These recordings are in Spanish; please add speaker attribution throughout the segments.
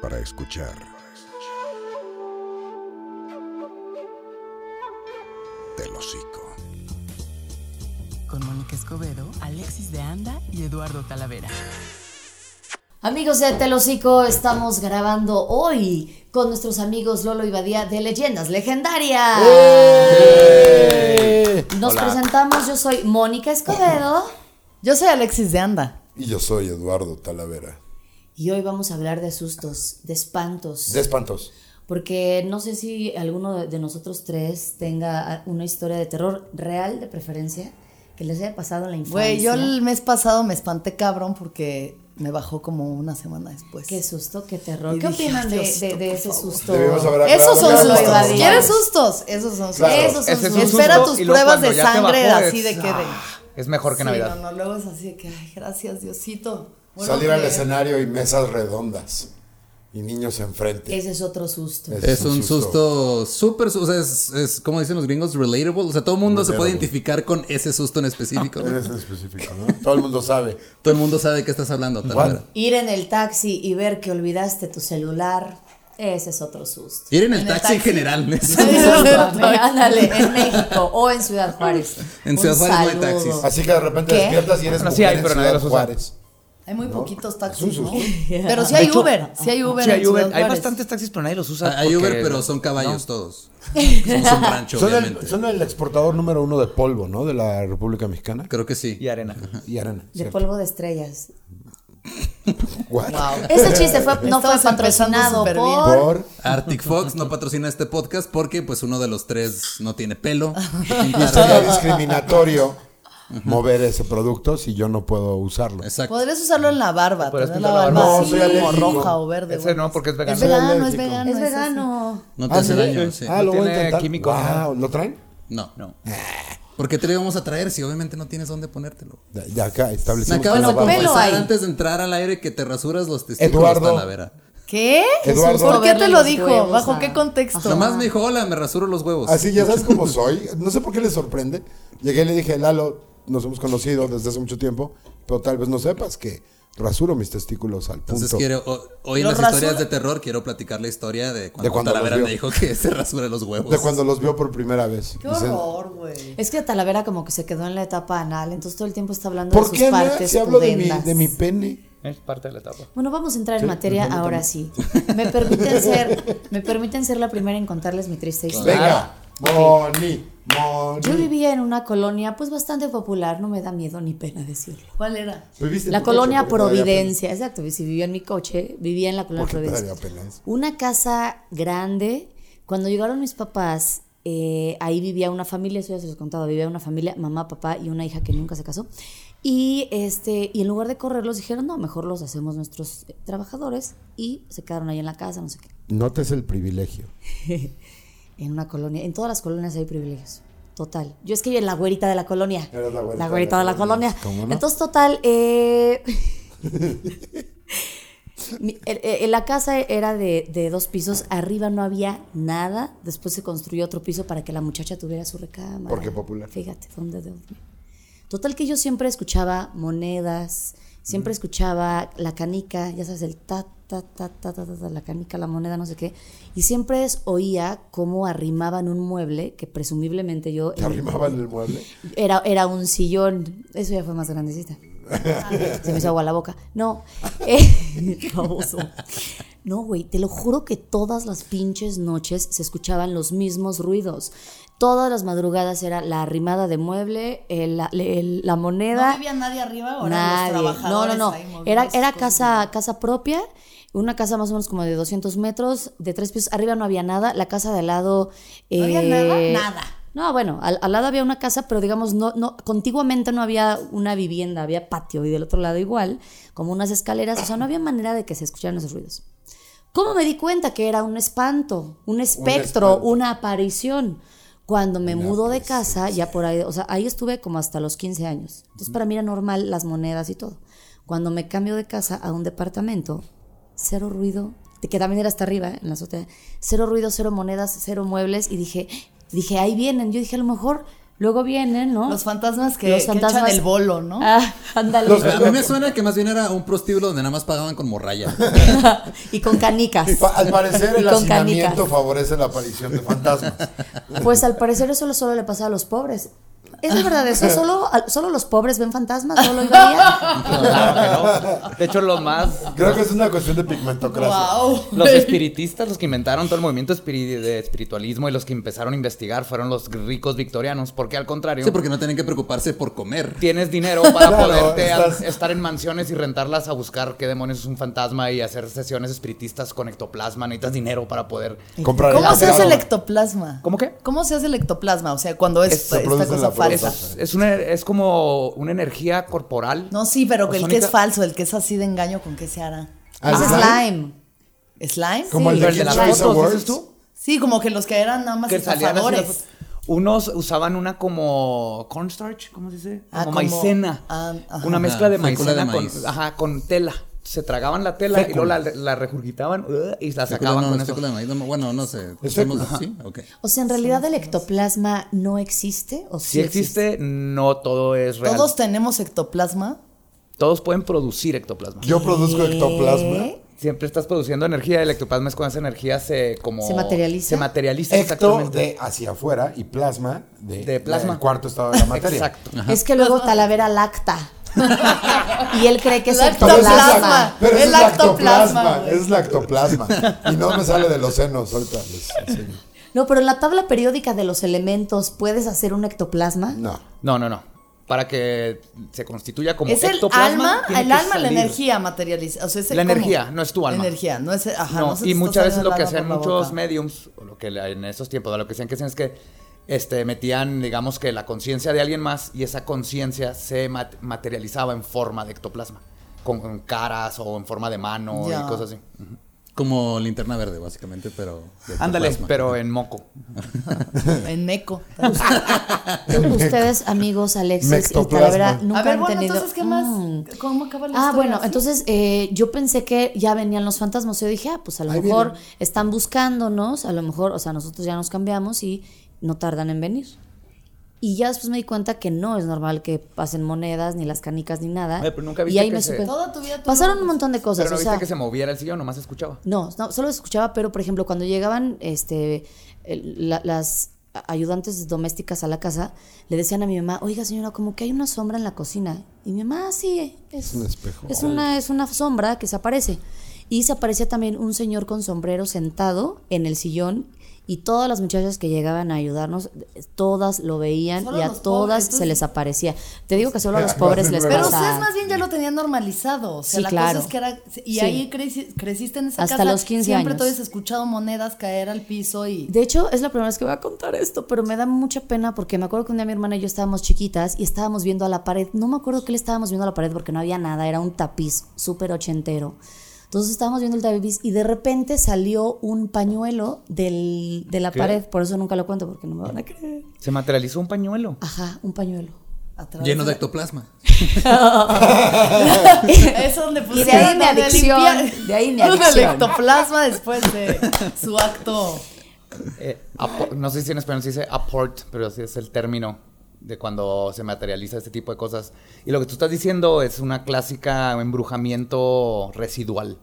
Speaker 1: para escuchar. Telocico.
Speaker 2: Con Mónica Escobedo, Alexis de Anda y Eduardo Talavera.
Speaker 3: Amigos de Telocico, estamos grabando hoy con nuestros amigos Lolo y Badía de Leyendas Legendarias.
Speaker 4: ¡Eh!
Speaker 5: ¡Eh!
Speaker 3: Nos presentamos, yo soy Mónica Escobedo
Speaker 6: Yo soy Alexis de Anda.
Speaker 4: Y yo soy Eduardo Talavera.
Speaker 3: y hoy vamos a hablar de sustos, de espantos.
Speaker 4: De espantos.
Speaker 3: Porque no sé si alguno de- de nosotros tres tenga ah, una historia de terror real, de preferencia, que les haya pasado en la infancia.
Speaker 6: Güey, yo el mes pasado me espanté cabrón porque me bajó como una semana después.
Speaker 3: Qué susto, qué terror.
Speaker 6: Y
Speaker 3: ¿Qué
Speaker 6: dije,
Speaker 3: opinan de,
Speaker 6: "Ay, Diosito,
Speaker 3: de- de
Speaker 6: por
Speaker 3: ese
Speaker 6: favor".
Speaker 3: susto?
Speaker 4: Debimos haber aclarado
Speaker 6: Esos son
Speaker 4: que
Speaker 3: Claro,
Speaker 6: sustos.
Speaker 3: lo evadíamos.
Speaker 6: ¿Quieres sustos? Esos son sustos.
Speaker 4: Claro.
Speaker 3: Esos son
Speaker 5: Ese es un
Speaker 3: sustos.
Speaker 6: Espera
Speaker 5: susto,
Speaker 6: tus
Speaker 5: y luego
Speaker 6: pruebas
Speaker 5: cuando
Speaker 6: de
Speaker 5: ya te
Speaker 6: sangre
Speaker 5: bajó,
Speaker 6: así
Speaker 5: es-
Speaker 6: de que de-
Speaker 7: ah,
Speaker 5: Es mejor que
Speaker 6: Sí,
Speaker 5: Navidad.
Speaker 6: No, no, luego es así de que, ay, gracias Diosito. Bueno, eh,
Speaker 4: Salir al
Speaker 6: que-
Speaker 4: escenario y mesas redondas. Y niños enfrente.
Speaker 3: Ese es otro susto.
Speaker 4: Ese
Speaker 5: Es un susto súper, su- o sea, es, es, como dicen los gringos, relatable. O sea, todo el mundo se puede
Speaker 4: Relatable. Ah,
Speaker 5: identificar con ese susto en específico.
Speaker 4: Eres en específico, ¿no? Todo el mundo sabe.
Speaker 5: todo el mundo sabe de qué estás hablando. tal
Speaker 4: What?
Speaker 5: vez.
Speaker 3: Ir en el taxi y ver que olvidaste tu celular, ese es otro susto.
Speaker 5: Ir en el,
Speaker 6: En el
Speaker 5: taxi, en
Speaker 6: taxi.
Speaker 5: general. es-
Speaker 3: Ese es
Speaker 6: Sí,
Speaker 3: otro,
Speaker 6: sí,
Speaker 3: amigo.
Speaker 6: sí.
Speaker 3: Ándale, en México o en Ciudad Juárez.
Speaker 5: En
Speaker 3: Un
Speaker 5: Ciudad Juárez no hay
Speaker 3: saludo.
Speaker 5: taxis.
Speaker 4: Así que de repente
Speaker 3: ¿Qué?
Speaker 4: despiertas y eres
Speaker 5: Bueno, sí
Speaker 4: mujer
Speaker 5: hay,
Speaker 4: en
Speaker 5: pero nadie
Speaker 4: Ciudad
Speaker 5: los usa.
Speaker 4: Juárez.
Speaker 6: Hay muy poquitos taxis,
Speaker 4: Es un
Speaker 6: ¿no?
Speaker 4: susto.
Speaker 6: Pero sí hay Uber, sí hay Uber.
Speaker 7: Sí,
Speaker 6: en
Speaker 7: hay
Speaker 6: Ciudad
Speaker 7: Uber. Hay
Speaker 6: Juárez.
Speaker 7: bastantes taxis, pero nadie los
Speaker 4: Ah,
Speaker 7: usa.
Speaker 5: Ah, Hay Uber,
Speaker 7: porque-
Speaker 5: pero son caballos todos. Somos un rancho,
Speaker 4: Son
Speaker 5: obviamente.
Speaker 4: el, son el exportador número uno de polvo, ¿no? De la República Mexicana.
Speaker 5: Creo que sí.
Speaker 7: Y arena.
Speaker 4: Y arena.
Speaker 3: De polvo de estrellas.
Speaker 4: What?
Speaker 3: Ese chiste fue, no fue
Speaker 6: Estamos empezando
Speaker 3: patrocinado por...
Speaker 6: súper bien.
Speaker 4: Por
Speaker 5: Arctic Fox no patrocina este podcast porque pues uno de los tres no tiene pelo.
Speaker 4: sería discriminatorio mover ese producto si yo no puedo usarlo.
Speaker 5: Exacto.
Speaker 6: Podrías usarlo en la barba,
Speaker 7: Podrías
Speaker 6: tener la
Speaker 7: pintar la
Speaker 6: barba
Speaker 4: barba. No,
Speaker 6: así
Speaker 4: soy
Speaker 6: como
Speaker 4: alérgico.
Speaker 6: roja o verde.
Speaker 7: Ese
Speaker 6: bueno. pues,
Speaker 7: no, porque es
Speaker 6: Es
Speaker 7: vegano.
Speaker 6: vegano, es
Speaker 4: alérgico.
Speaker 6: vegano.
Speaker 3: Es
Speaker 6: así.
Speaker 3: vegano.
Speaker 5: No te hace
Speaker 4: ¿sí?
Speaker 5: daño, sí.
Speaker 4: Ah, lo voy a
Speaker 7: Tiene
Speaker 4: intentar.
Speaker 7: químico,
Speaker 4: Wow, ¿Lo traen?
Speaker 5: No. No. Porque te lo íbamos a traer si obviamente no tienes dónde ponértelo.
Speaker 4: Ya, ya acá
Speaker 5: Me
Speaker 4: establecimos.
Speaker 5: acabas
Speaker 4: que
Speaker 5: de
Speaker 4: no vamos.
Speaker 3: pelo
Speaker 5: confesar
Speaker 3: hay.
Speaker 5: antes de entrar al aire que te rasuras los testículos,
Speaker 4: Eduardo.
Speaker 5: Talavera.
Speaker 6: ¿Qué?
Speaker 4: Eduardo.
Speaker 6: ¿Por qué te
Speaker 3: Verle
Speaker 6: lo
Speaker 3: los
Speaker 6: dijo?
Speaker 3: huevos
Speaker 6: ¿Bajo
Speaker 3: a-
Speaker 6: qué contexto?
Speaker 5: Nomás me dijo, hola, me rasuro los huevos.
Speaker 4: Así ya sabes cómo soy. No sé por qué le sorprende. Llegué y le dije, Lalo, nos hemos conocido desde hace mucho tiempo, pero tal vez no sepas que rasuro mis testículos al punto.
Speaker 5: Entonces quiero, o- hoy en
Speaker 6: Los
Speaker 5: las historias
Speaker 6: rasura-
Speaker 5: de terror quiero platicar la historia de cuando,
Speaker 4: De cuando
Speaker 5: Talavera
Speaker 4: los vio.
Speaker 5: me dijo que se rasura los huevos.
Speaker 4: De cuando los vio por primera vez.
Speaker 6: Qué
Speaker 4: Dice,
Speaker 6: horror, güey.
Speaker 3: Es que Talavera como que se quedó en la etapa anal, entonces todo el tiempo está hablando de
Speaker 4: ¿Por
Speaker 3: sus
Speaker 4: qué Ana,
Speaker 3: partes
Speaker 4: si hablo de mi,
Speaker 3: pudendas.
Speaker 4: de mi pene?
Speaker 7: Es parte de la etapa.
Speaker 3: Bueno, vamos a entrar en materia ahora sí. Me permiten ser, me permiten ser la primera en contarles mi triste historia.
Speaker 4: Venga, Moni,
Speaker 3: Yo
Speaker 4: Moni.
Speaker 3: vivía en una colonia pues bastante popular, no me da miedo ni pena decirlo.
Speaker 6: ¿Cuál era?
Speaker 4: Viviste en
Speaker 3: La
Speaker 4: tu coche,
Speaker 3: colonia
Speaker 4: ¿por qué te daría pena?
Speaker 3: Providencia, exacto, si vivía en mi coche, vivía en la colonia
Speaker 4: ¿Por qué te daría
Speaker 3: Providencia.
Speaker 4: pena?
Speaker 3: Una casa grande, cuando llegaron mis papás, eh, ahí vivía una familia, eso ya se los he contado, vivía una familia, mamá, papá y una hija que nunca se casó. Y, este, y en lugar de correrlos dijeron, no, mejor los hacemos nuestros eh, trabajadores y se quedaron ahí en la casa, no sé qué.
Speaker 4: Notes el privilegio.
Speaker 3: En una colonia, en todas las colonias hay privilegios. Total. Yo es que yo era la güerita de la colonia.
Speaker 4: Eras la güerita
Speaker 3: de la, colonia.
Speaker 4: ¿Cómo no?
Speaker 3: Entonces, total, eh, mi- el- el- la casa era de, de dos pisos. Arriba no había nada. Después se construyó otro piso para que la muchacha tuviera su recámara.
Speaker 4: Porque popular.
Speaker 3: Fíjate, ¿dónde dormir? Total que yo siempre escuchaba monedas, siempre escuchaba la canica, ya sabes, el ta, ta, ta, ta, ta, ta, ta, la canica, la moneda, no sé qué. Y siempre es- oía cómo arrimaban un mueble que presumiblemente yo...
Speaker 4: Te arrimaban el mueble.
Speaker 3: Era, era un sillón. Eso ya fue más grandecita. Se me hizo agua la boca. No. eh, baboso. No, güey, te lo juro que todas las pinches noches se escuchaban los mismos ruidos. Todas las madrugadas era la arrimada de mueble, el- la, el- la moneda.
Speaker 6: ¿No vivía nadie arriba o
Speaker 3: Nadie.
Speaker 6: eran los
Speaker 3: No, no,
Speaker 6: trabajadores
Speaker 3: no.
Speaker 6: ahí moviendo
Speaker 3: Era,
Speaker 6: sus
Speaker 3: era
Speaker 6: cosas?
Speaker 3: casa, casa propia, una casa más o menos como de 200 metros, de tres pisos. Arriba no había nada. La casa de al lado.
Speaker 6: ¿No había
Speaker 3: eh,
Speaker 6: nada? Nada.
Speaker 3: No, bueno, al, al lado había una casa, pero digamos, no, no, contiguamente no había una vivienda, había patio y del otro lado igual, como unas escaleras. O sea, no había manera de que se escucharan esos ruidos. ¿Cómo me di cuenta que era un espanto, un espectro,
Speaker 4: espanto.
Speaker 3: una aparición? Cuando me mudo de casa, ya por ahí, o sea, ahí estuve como hasta los 15 años. Entonces, para mí era normal las monedas y todo. Cuando me cambio de casa a un departamento, cero ruido, de que también era hasta arriba, ¿eh? en la azotea, cero ruido, cero monedas, cero muebles, y dije, dije, ahí vienen. Yo dije, a lo mejor Luego vienen, ¿no?
Speaker 6: Los fantasmas que,
Speaker 3: Los
Speaker 6: que
Speaker 3: fantasmas-
Speaker 6: echan el bolo, ¿no?
Speaker 3: Ah, ándale.
Speaker 4: Los-
Speaker 5: A mí me suena que más bien era un prostíbulo donde nada más pagaban con morralla.
Speaker 3: y con canicas.
Speaker 4: Pa- Al parecer
Speaker 3: Y
Speaker 4: el
Speaker 3: con
Speaker 4: hacinamiento
Speaker 3: canicas.
Speaker 4: favorece la aparición de fantasmas.
Speaker 3: Pues al parecer eso solo le pasa a los pobres. ¿Es de verdad eso? ¿Solo, al- ¿Solo los pobres ven fantasmas? ¿Solo iba bien?
Speaker 7: Claro que no. De hecho, los más.
Speaker 4: Creo que es una cuestión de pigmentocracia.
Speaker 6: Wow.
Speaker 7: Los espiritistas, los que inventaron todo el movimiento espiri- de espiritualismo y los que empezaron a investigar fueron los ricos victorianos, porque al contrario,
Speaker 5: Sí, porque no tienen que preocuparse por comer.
Speaker 7: tienes dinero para
Speaker 4: Claro,
Speaker 7: poderte a-
Speaker 4: estás-
Speaker 7: estar en mansiones y rentarlas a buscar qué demonios es un fantasma y hacer sesiones espiritistas con ectoplasma. Necesitas dinero para poder.
Speaker 4: Comprar
Speaker 6: ¿Cómo se hace el
Speaker 4: el
Speaker 6: ectoplasma?
Speaker 7: ¿Cómo qué?
Speaker 6: ¿Cómo se hace el ectoplasma? O sea, cuando es,
Speaker 7: Es-
Speaker 4: se produce
Speaker 6: esta
Speaker 4: en
Speaker 6: cosa
Speaker 4: la próstata.
Speaker 6: falsa.
Speaker 7: Es, es una, es como una energía corporal.
Speaker 6: No, sí, pero el que
Speaker 7: Ozonica-
Speaker 6: es falso, el que es así de engaño, ¿con qué se hará?
Speaker 3: Es slime.
Speaker 6: ¿Slime?
Speaker 4: Como el
Speaker 7: Sí,
Speaker 4: de
Speaker 7: el de
Speaker 4: Kids
Speaker 7: las
Speaker 4: Choice
Speaker 7: fotos,
Speaker 4: Awards.
Speaker 7: dices tú.
Speaker 6: Sí, como que los que eran nada más
Speaker 7: que salían así las
Speaker 6: estafadores.
Speaker 7: fotos. Unos usaban una como cornstarch, ¿cómo se dice?
Speaker 6: Ah,
Speaker 7: como,
Speaker 6: como-
Speaker 7: maicena.
Speaker 6: ah, ajá.
Speaker 7: una mezcla de
Speaker 5: Ajá, fécula de
Speaker 7: maicena con,
Speaker 5: maíz.
Speaker 7: ajá, con tela. Se tragaban la tela y luego la, la regurgitaban uh, y la
Speaker 5: Fécula,
Speaker 7: sacaban
Speaker 5: no,
Speaker 7: con
Speaker 5: es
Speaker 7: eso.
Speaker 5: fécula de maíz, no, bueno, no sé.
Speaker 4: Es
Speaker 5: Somos-
Speaker 4: fécula.
Speaker 5: sí, ok.
Speaker 3: O sea, en realidad el ectoplasma no existe o sí,
Speaker 7: Si existe, no todo es real.
Speaker 6: Todos
Speaker 7: Todos,
Speaker 6: tenemos ectoplasma. pueden.
Speaker 7: pueden producir ectoplasma.
Speaker 4: Yo produzco ectoplasma.
Speaker 7: Siempre estás produciendo energía, el ectoplasma es cuando esa energía se como
Speaker 3: ¿Se materializa?
Speaker 7: Se materializa
Speaker 4: Ecto
Speaker 7: exactamente.
Speaker 4: de hacia afuera y plasma de,
Speaker 7: De plasma.
Speaker 4: del cuarto estado de la materia.
Speaker 7: Exacto.
Speaker 3: Es que luego Talavera lacta. y él cree que es
Speaker 4: Pero eso es
Speaker 6: Lactoplasma.
Speaker 3: ectoplasma.
Speaker 4: lac- Pero eso
Speaker 6: El
Speaker 4: es lactoplasma.
Speaker 6: lactoplasma, güey.
Speaker 4: Es lactoplasma. Y no me sale de los senos ahorita. les enseño.
Speaker 3: No, pero en la tabla periódica de los elementos, ¿puedes hacer un ectoplasma?
Speaker 4: No.
Speaker 7: No, no, no. Para que se constituya como
Speaker 6: Es el
Speaker 7: ectoplasma,
Speaker 6: alma,
Speaker 7: tiene
Speaker 6: el
Speaker 7: que
Speaker 6: alma, la
Speaker 7: salir.
Speaker 6: energía materializa. O sea, es el-
Speaker 7: La
Speaker 6: ¿cómo?
Speaker 7: energía, no es tu alma.
Speaker 6: La energía, no es. Ajá,
Speaker 7: No,
Speaker 6: no se te
Speaker 7: y
Speaker 6: está
Speaker 7: muchas veces
Speaker 6: saliendo
Speaker 7: lo que
Speaker 6: el alma
Speaker 7: hacían
Speaker 6: por la
Speaker 7: muchos
Speaker 6: boca.
Speaker 7: mediums, o lo que la- en esos tiempos, o lo que hacían que hacían es que este, metían, digamos que la conciencia de alguien más y esa conciencia se mat- materializaba en forma de ectoplasma, con, con caras o en forma de mano
Speaker 6: Ya.
Speaker 7: y cosas así.
Speaker 5: Como linterna verde, básicamente, pero. de
Speaker 7: Ándale,
Speaker 5: plasma.
Speaker 7: pero en moco.
Speaker 6: En eco.
Speaker 3: Ustedes, amigos, Alexis y
Speaker 4: Mectoplasma.
Speaker 3: Talavera, nunca
Speaker 6: a ver,
Speaker 3: han
Speaker 6: bueno,
Speaker 3: tenido-
Speaker 6: entonces, ¿qué más?
Speaker 3: Mm.
Speaker 6: ¿Cómo acaba la
Speaker 3: Ah,
Speaker 6: historia?
Speaker 3: bueno,
Speaker 6: ¿Sí?
Speaker 3: entonces eh, yo pensé que ya venían los fantasmas. Yo dije, ah, pues a lo
Speaker 4: Ahí
Speaker 3: mejor
Speaker 4: vienen.
Speaker 3: están buscándonos, a lo mejor, o sea, nosotros ya nos cambiamos y no tardan en venir. Y ya después me di cuenta que no es normal que pasen monedas, ni las canicas, ni nada.
Speaker 7: Oye, pero nunca
Speaker 3: y
Speaker 7: viste
Speaker 3: ahí
Speaker 7: que
Speaker 3: me
Speaker 7: se-
Speaker 3: supe.
Speaker 6: pues, Toda tu vida tú
Speaker 3: pues, Pasaron
Speaker 6: no-
Speaker 3: un montón de cosas.
Speaker 7: pero no
Speaker 3: o
Speaker 7: viste
Speaker 3: sea,
Speaker 7: que se moviera el sillón, nomás escuchaba.
Speaker 3: no, no, solo los escuchaba, pero por ejemplo, cuando llegaban este, el- la- las ayudantes domésticas a la casa, le decían a mi mamá, oiga señora, como que hay una sombra en la cocina. Y mi mamá, "Ah, sí, es,
Speaker 4: un espejo.
Speaker 3: Es una, es una sombra que se aparece. Y se aparecía también un señor con sombrero sentado en el sillón. Y todas las muchachas que llegaban a ayudarnos, todas lo veían
Speaker 6: Solo
Speaker 3: y a
Speaker 6: los pobres,
Speaker 3: todas se
Speaker 6: entonces-
Speaker 3: les aparecía. Te digo que solo a los pobres les
Speaker 6: Pero
Speaker 3: pasa.
Speaker 6: ustedes más bien ya lo tenían normalizado. O sea,
Speaker 3: Sí,
Speaker 6: la
Speaker 3: claro.
Speaker 6: cosa es que era. Y
Speaker 3: Sí.
Speaker 6: ahí creci- creciste en esa
Speaker 3: Hasta
Speaker 6: casa.
Speaker 3: los 15
Speaker 6: Siempre
Speaker 3: años.
Speaker 6: te habías escuchado monedas caer al piso y.
Speaker 3: De hecho, es la primera vez que voy a contar esto, pero me da mucha pena porque me acuerdo que un día mi hermana y yo estábamos chiquitas y estábamos viendo a la pared. No me acuerdo qué le estábamos viendo a la pared porque no había nada, era un tapiz súper ochentero. Entonces estábamos viendo el tapiz y de repente salió un pañuelo del, de la pared. Por eso nunca lo cuento porque no me van a creer.
Speaker 7: Se materializó un pañuelo.
Speaker 3: Ajá, un pañuelo.
Speaker 6: a través
Speaker 5: Lleno de ectoplasma.
Speaker 6: Es donde
Speaker 3: Y de
Speaker 6: pusieron
Speaker 3: ahí mi
Speaker 6: donde
Speaker 3: adicción.
Speaker 6: limpiar-
Speaker 3: De ahí mi
Speaker 6: donde el
Speaker 3: adicción.
Speaker 6: ectoplasma después de su acto.
Speaker 7: Eh, apo- no sé si en español se dice apport, pero así es el término de cuando se materializa este tipo de cosas. Y lo que tú estás diciendo es una clásica embrujamiento residual,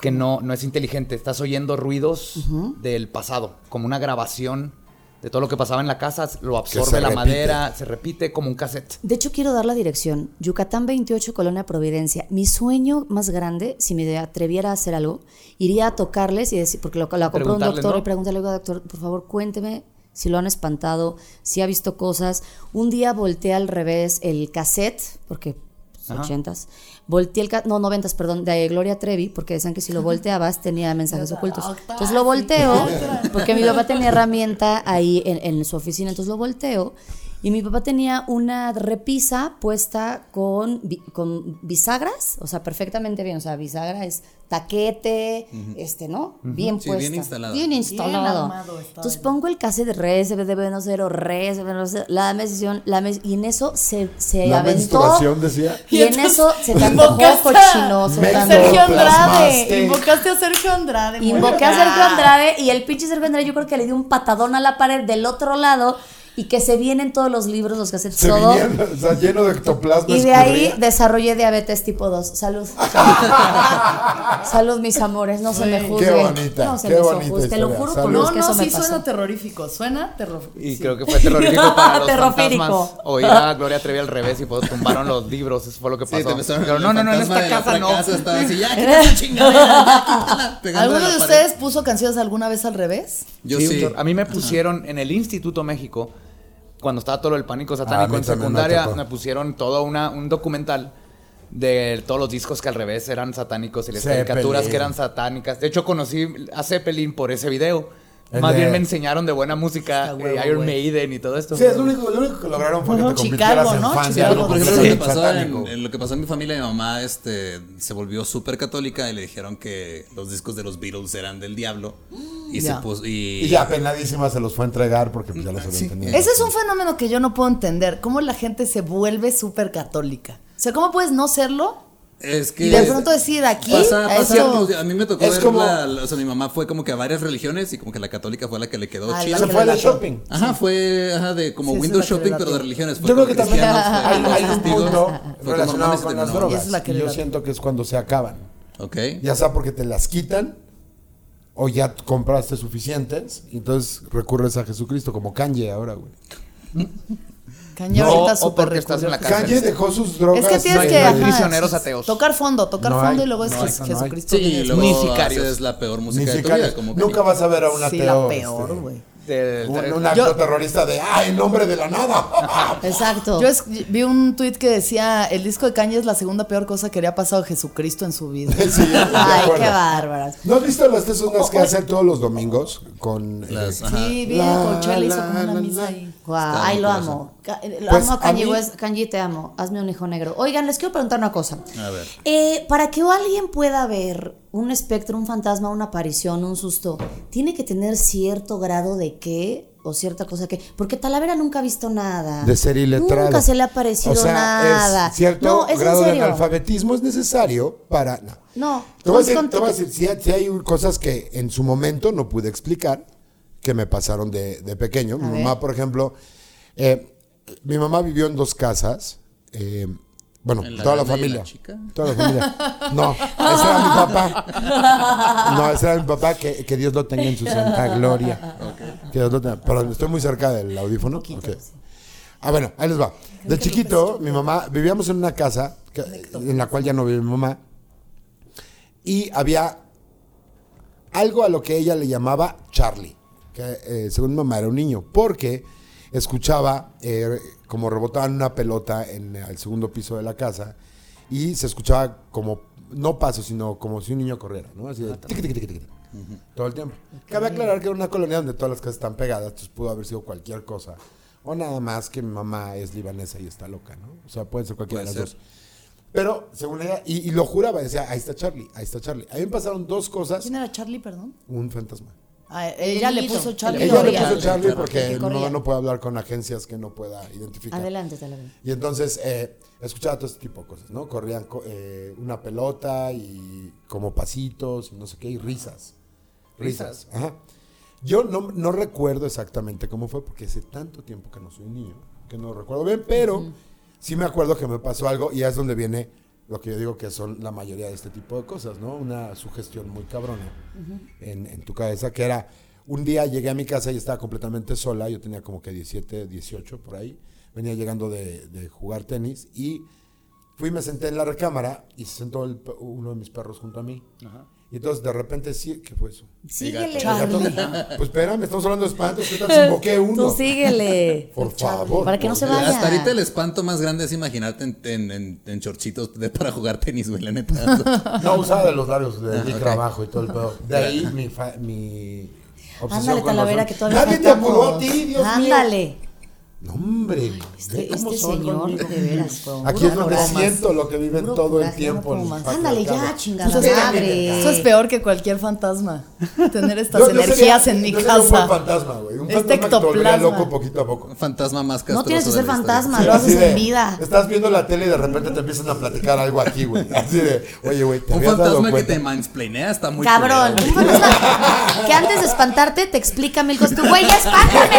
Speaker 7: que no, no es inteligente. Estás oyendo ruidos del pasado, como una grabación de todo lo que pasaba en la casa, lo absorbe la
Speaker 4: repite.
Speaker 7: madera, se repite como un cassette.
Speaker 3: De hecho, quiero dar la dirección. Yucatán 28, Colonia Providencia. Mi sueño más grande, si me atreviera a hacer algo, iría a tocarles y decir, porque lo, lo compró un
Speaker 7: Preguntarle,
Speaker 3: doctor
Speaker 7: ¿no?
Speaker 3: y preguntarle, oiga, doctor, por favor, cuénteme si lo han espantado, si ha visto cosas. Un día volteé al revés el cassette, porque pues,
Speaker 7: Ajá.
Speaker 3: 80s. Volteé el ca- no, 90s, perdón, de Gloria Trevi, porque decían que si lo volteabas tenía mensajes ocultos. Entonces lo volteo, porque mi papá tenía herramienta ahí en, en su oficina, entonces lo volteo. Y mi papá tenía una repisa puesta con, bi- con bisagras, o sea, perfectamente bien. O sea, bisagra es taquete, este, ¿no? Bien
Speaker 5: Sí, bien
Speaker 3: puesta.
Speaker 5: instalada.
Speaker 3: Bien instalado.
Speaker 6: armado estaba
Speaker 3: entonces
Speaker 6: el-
Speaker 3: pongo el cassette de re, CBDB, no cero, re, CBDB, no cero, la menstruación, la mes- y en eso se, se
Speaker 4: La
Speaker 3: aventó.
Speaker 4: menstruación decía.
Speaker 3: Y, en
Speaker 6: entonces
Speaker 3: eso se te antojó
Speaker 6: invocaste a-
Speaker 3: cochinoso.
Speaker 4: Me
Speaker 3: te
Speaker 4: Tanto
Speaker 6: Sergio
Speaker 3: antojó.
Speaker 4: plasmaste.
Speaker 6: Andrade. Invocaste a Sergio Andrade.
Speaker 3: Invoqué a
Speaker 6: muerta.
Speaker 3: Sergio Andrade y el pinche Sergio Andrade yo creo que le dio un patadón a la pared del otro lado y que se vienen todos los libros, los que hacen
Speaker 4: Se
Speaker 3: todo.
Speaker 4: vinieron, o sea, lleno de ectoplasma.
Speaker 3: Y de ahí
Speaker 4: escurría.
Speaker 3: desarrollé diabetes tipo 2. Salud. Salud, mis amores. No se me juzgue.
Speaker 4: bonita,
Speaker 3: No se
Speaker 4: qué
Speaker 3: me
Speaker 4: bonita
Speaker 3: sojuzgue, Te lo
Speaker 4: historia.
Speaker 3: juro
Speaker 4: Salud.
Speaker 3: por
Speaker 4: Pero
Speaker 6: No,
Speaker 3: Dios que
Speaker 6: no,
Speaker 3: eso me
Speaker 6: sí suena
Speaker 3: pasó.
Speaker 6: terrorífico. Suena terrorífico.
Speaker 7: Y creo que fue terrorífico para los
Speaker 3: Terrorífico.
Speaker 7: fantasmas. Oír a Gloria Trevi al revés y pues tumbaron los libros. Eso fue lo que pasó.
Speaker 5: Sí, te empezaron a
Speaker 7: Pero no,
Speaker 5: hablar
Speaker 7: no, no, en
Speaker 5: fantasma
Speaker 7: esta
Speaker 5: de la
Speaker 7: casa
Speaker 5: otra
Speaker 7: no.
Speaker 5: casa, estaba así, ya, quita esa chingadera, ya, quítala, pegándole a
Speaker 6: ¿Alguno
Speaker 5: la
Speaker 6: de
Speaker 5: pared.
Speaker 6: ustedes puso canciones alguna vez al revés?
Speaker 5: Yo
Speaker 7: Sí,
Speaker 5: sí.
Speaker 7: doctor. A mí me pusieron en el Instituto México, cuando estaba todo el pánico
Speaker 4: A mí
Speaker 7: satánico en
Speaker 4: también me
Speaker 7: secundaria,
Speaker 4: tocó.
Speaker 7: me pusieron todo una, un documental de todos los discos que al revés eran satánicos y las
Speaker 4: Zeppelin.
Speaker 7: caricaturas que eran satánicas. De hecho, conocí a Zeppelin por ese video.
Speaker 4: El
Speaker 7: Más
Speaker 4: de-
Speaker 7: bien me enseñaron de buena música,
Speaker 6: Está huevo,
Speaker 7: eh, Iron
Speaker 6: güey.
Speaker 7: Maiden y todo esto.
Speaker 4: Sí, es lo único, lo único que lograron fue que te
Speaker 6: Ujú,
Speaker 4: convirtieras
Speaker 6: Chicago,
Speaker 4: en
Speaker 6: ¿no?
Speaker 4: fan de
Speaker 6: Chicago.
Speaker 4: algo
Speaker 5: Por ejemplo, lo que
Speaker 4: completamente
Speaker 5: pasó en,
Speaker 4: satánico.
Speaker 5: en lo que pasó en mi familia, mi mamá este, se volvió súper católica y le dijeron que los discos de los Beatles eran del diablo. Y
Speaker 6: Ya.
Speaker 5: se puso. Y,
Speaker 4: Y ya penadísima se los fue a entregar porque pues, ya los habían tenido.
Speaker 6: Ah, Ese es un fenómeno que yo no puedo entender. ¿Cómo la gente se vuelve súper católica? O sea, ¿cómo puedes no serlo?
Speaker 5: Es que.
Speaker 6: Y de pronto decir aquí.
Speaker 5: Pasa, pasa
Speaker 6: esto-
Speaker 5: algo, a mí me tocó
Speaker 4: Es
Speaker 5: ver
Speaker 4: como-
Speaker 5: la- la- o sea, mi mamá fue como que a varias religiones y como que la católica fue la que le quedó
Speaker 6: Ah,
Speaker 4: Se
Speaker 5: chido.
Speaker 6: la
Speaker 4: fue de
Speaker 6: relato.
Speaker 4: shopping.
Speaker 5: Ajá, fue ajá, de como
Speaker 6: Sí, esa es
Speaker 5: window
Speaker 6: la que
Speaker 5: shopping,
Speaker 6: relato.
Speaker 5: pero de religiones. Fue
Speaker 4: Yo creo
Speaker 5: como
Speaker 4: que también
Speaker 5: cristianos, fue
Speaker 4: hay,
Speaker 5: como
Speaker 4: hay un
Speaker 5: testigos,
Speaker 4: punto
Speaker 5: fue como
Speaker 4: relacionado
Speaker 5: mames, se
Speaker 4: con las
Speaker 5: terminó.
Speaker 4: drogas.
Speaker 6: Es la que
Speaker 4: y yo
Speaker 6: le-
Speaker 4: siento que es cuando se acaban.
Speaker 5: Ok.
Speaker 4: Ya sea porque te las quitan o ya compraste suficientes, entonces recurres a Jesucristo como Kanye ahora, güey.
Speaker 6: Caña
Speaker 7: No,
Speaker 6: ahorita
Speaker 7: o
Speaker 6: súper
Speaker 7: porque estás en la
Speaker 6: recurrente.
Speaker 7: cárcel.
Speaker 4: Kanye dejó sus drogas.
Speaker 6: Es que tienes
Speaker 4: no hay
Speaker 6: que.
Speaker 4: nadie.
Speaker 6: ajá,
Speaker 7: prisioneros
Speaker 6: sí,
Speaker 7: ateos.
Speaker 6: Tocar fondo, tocar
Speaker 4: No
Speaker 6: fondo
Speaker 4: hay,
Speaker 6: y luego es
Speaker 4: no hay,
Speaker 6: Jes-
Speaker 4: no hay.
Speaker 6: Jesucristo.
Speaker 5: Sí, y
Speaker 6: viene.
Speaker 5: luego
Speaker 7: Ni sicarios.
Speaker 5: haces la peor música
Speaker 4: Ni
Speaker 5: de tu
Speaker 4: siquiera-
Speaker 5: vida. Como que-
Speaker 4: Nunca vas a ver a un
Speaker 6: Sí,
Speaker 4: ateo.
Speaker 6: la peor,
Speaker 4: este,
Speaker 6: güey.
Speaker 7: De-
Speaker 4: un,
Speaker 7: de-
Speaker 4: un acto terrorista de ¡ah, el nombre de la nada!
Speaker 3: Exacto.
Speaker 6: Yo es- vi un tuit que decía: el disco de Caña es la segunda peor cosa que le ha pasado a Jesucristo en su vida.
Speaker 4: Sí, de
Speaker 3: Ay,
Speaker 4: acuerdo.
Speaker 3: qué bárbaras.
Speaker 4: ¿No has visto las tesonas que hacen todos los domingos con eh,
Speaker 5: Las- ajá.
Speaker 6: Sí, vi,
Speaker 4: La,
Speaker 6: con Chela hizo
Speaker 4: la,
Speaker 6: como una
Speaker 4: la,
Speaker 6: misa
Speaker 4: la.
Speaker 6: ahí.
Speaker 3: Guau,
Speaker 5: Está
Speaker 3: ay,
Speaker 5: mi
Speaker 3: lo
Speaker 5: corazón.
Speaker 3: amo. Ca- eh, Lo
Speaker 4: Pues,
Speaker 3: amo a
Speaker 4: a
Speaker 3: Kanye
Speaker 4: mí-
Speaker 3: West. Kanye, te amo. Hazme un hijo negro. Oigan, les quiero preguntar una cosa.
Speaker 5: A ver.
Speaker 3: Eh, para que alguien pueda ver un espectro, un fantasma, una aparición, un susto, tiene que tener cierto grado de qué o cierta cosa que. Porque Talavera nunca ha visto nada.
Speaker 4: de ser iletrado.
Speaker 3: Nunca se le ha parecido
Speaker 4: O sea,
Speaker 3: nada.
Speaker 4: Es cierto
Speaker 3: no, es
Speaker 4: grado
Speaker 3: en
Speaker 4: de
Speaker 3: serio.
Speaker 4: analfabetismo es necesario para. no.
Speaker 3: No,
Speaker 4: Te voy a
Speaker 3: es
Speaker 4: decir,
Speaker 3: con-
Speaker 4: te voy a decir, sí hay- sí hay un- cosas que en su momento no pude explicar, que me pasaron de, de pequeño. mi
Speaker 3: ver.
Speaker 4: mamá, por ejemplo, eh, mi mamá vivió en dos casas. eh, bueno,
Speaker 5: ¿En la
Speaker 4: toda la
Speaker 5: grande y en
Speaker 4: familia.
Speaker 5: la chica?
Speaker 4: Toda la familia. No, ese era mi papá. No, ese era mi papá, que, que Dios lo tenga en su santa gloria. Que Dios lo tenga. Perdón, estoy muy cerca del audífono. Ok. Ah, bueno, ahí les va. De chiquito, mi mamá, vivíamos en una casa que- en la cual ya no vive mi mamá. Y había algo a lo que ella le llamaba Charlie, que eh, según mi mamá era un niño, porque escuchaba eh, como rebotaban una pelota en el segundo piso de la casa y se escuchaba como, no paso, sino como si un niño corriera, ¿no? Así de
Speaker 5: Ah,
Speaker 4: tiqui, tiqui, tiqui, tiqui, todo el tiempo. Cabe aclarar que era una colonia donde todas las casas están pegadas, entonces pudo haber sido cualquier cosa. O nada más que mi mamá es libanesa y está loca, ¿no? O sea, puede ser cualquiera de
Speaker 5: Puede
Speaker 4: las
Speaker 5: ser.
Speaker 4: dos. Pero, según ella, y, y lo juraba, decía, ahí está Charlie, ahí está Charlie. A mí me pasaron dos cosas,
Speaker 6: ¿Quién era Charlie, perdón?
Speaker 4: un fantasma.
Speaker 6: Ah, ella le
Speaker 3: niñito.
Speaker 6: puso Charlie.
Speaker 4: Ella le
Speaker 6: Correa.
Speaker 4: puso Charlie
Speaker 3: Que
Speaker 4: porque mi
Speaker 3: corría.
Speaker 4: mamá no puede hablar con agencias que no pueda identificar.
Speaker 3: Adelante, Talavera.
Speaker 4: Y entonces eh, escuchaba todo este tipo de cosas, ¿no? Corrían co- eh, una pelota y como pasitos y no sé qué, y risas. Risas. Ajá. Yo no, no recuerdo exactamente cómo fue porque hace tanto tiempo que no soy niño, que no lo recuerdo bien, pero sí me acuerdo que me pasó algo y es donde viene lo que yo digo que son la mayoría de este tipo de cosas, ¿no? Una sugestión muy cabrona en, en tu cabeza, que era, un día llegué a mi casa y estaba completamente sola, yo tenía como que 17, 18 por ahí, venía llegando de, de jugar tenis y fui y me senté en la recámara y se sentó el pe- uno de mis perros junto a mí. Y entonces de repente sí, ¿qué fue eso?
Speaker 3: Síguele.
Speaker 4: Gato. Pues espérame, estamos hablando de espantos. ¿Qué tal si invoqué uno?
Speaker 3: Tú síguele.
Speaker 4: Por
Speaker 3: Charlie,
Speaker 4: favor,
Speaker 3: Para que
Speaker 4: por
Speaker 3: no se
Speaker 4: Dios.
Speaker 3: vaya.
Speaker 5: Hasta ahorita el espanto más grande es imaginarte en, en, en- en chorchitos de- para jugar tenis, güey, la neta.
Speaker 4: No usaba de los labios de mi
Speaker 5: Ah, ok.
Speaker 4: trabajo y todo el pedo. De ahí mi. fa- mi obsesión
Speaker 3: Ándale,
Speaker 4: con los
Speaker 3: Talavera,
Speaker 4: hombres.
Speaker 3: que todavía
Speaker 4: Nadie te
Speaker 3: falta
Speaker 4: apuró
Speaker 3: todo.
Speaker 4: a ti, Dios mío.
Speaker 3: Ándale.
Speaker 4: No, hombre. ve
Speaker 3: Este,
Speaker 4: cómo
Speaker 3: este
Speaker 4: son
Speaker 3: señor,
Speaker 4: conmigo.
Speaker 3: de veras, con
Speaker 4: Aquí
Speaker 3: puro
Speaker 4: es donde
Speaker 3: coraje.
Speaker 4: siento lo que viven
Speaker 3: Puro
Speaker 4: todo el
Speaker 3: coraje,
Speaker 4: tiempo.
Speaker 3: no
Speaker 4: en
Speaker 3: puedo más.
Speaker 4: patio
Speaker 3: Ándale
Speaker 4: de
Speaker 3: ya,
Speaker 4: cama.
Speaker 3: chingada
Speaker 6: Espérame.
Speaker 3: madre.
Speaker 6: Eso es peor que cualquier fantasma. Tener estas
Speaker 4: Yo- yo sería-
Speaker 6: energías en mi
Speaker 4: yo sería un buen
Speaker 6: casa.
Speaker 4: fantasma, güey. Un Un
Speaker 3: Este
Speaker 6: Es
Speaker 4: fantasma que te volvería
Speaker 6: tectoplasma.
Speaker 4: loco poquito a poco.
Speaker 5: Fantasma más castroso.
Speaker 3: No tienes que
Speaker 5: de
Speaker 3: ser
Speaker 5: la
Speaker 3: fantasma,
Speaker 4: Sí,
Speaker 3: lo haces
Speaker 4: así de,
Speaker 3: en vida.
Speaker 4: Estás viendo la tele y de repente te empiezan a platicar algo aquí, güey. Así de, oye, güey,
Speaker 5: historia.
Speaker 4: te
Speaker 5: Un
Speaker 4: habías dado
Speaker 5: fantasma que
Speaker 4: cuenta?
Speaker 5: te mansplainea está muy
Speaker 3: Cabrón,
Speaker 5: culero,
Speaker 3: un
Speaker 5: güey.
Speaker 3: fantasma que antes de espantarte te explica mil cosas. Tú, güey, ya espántame,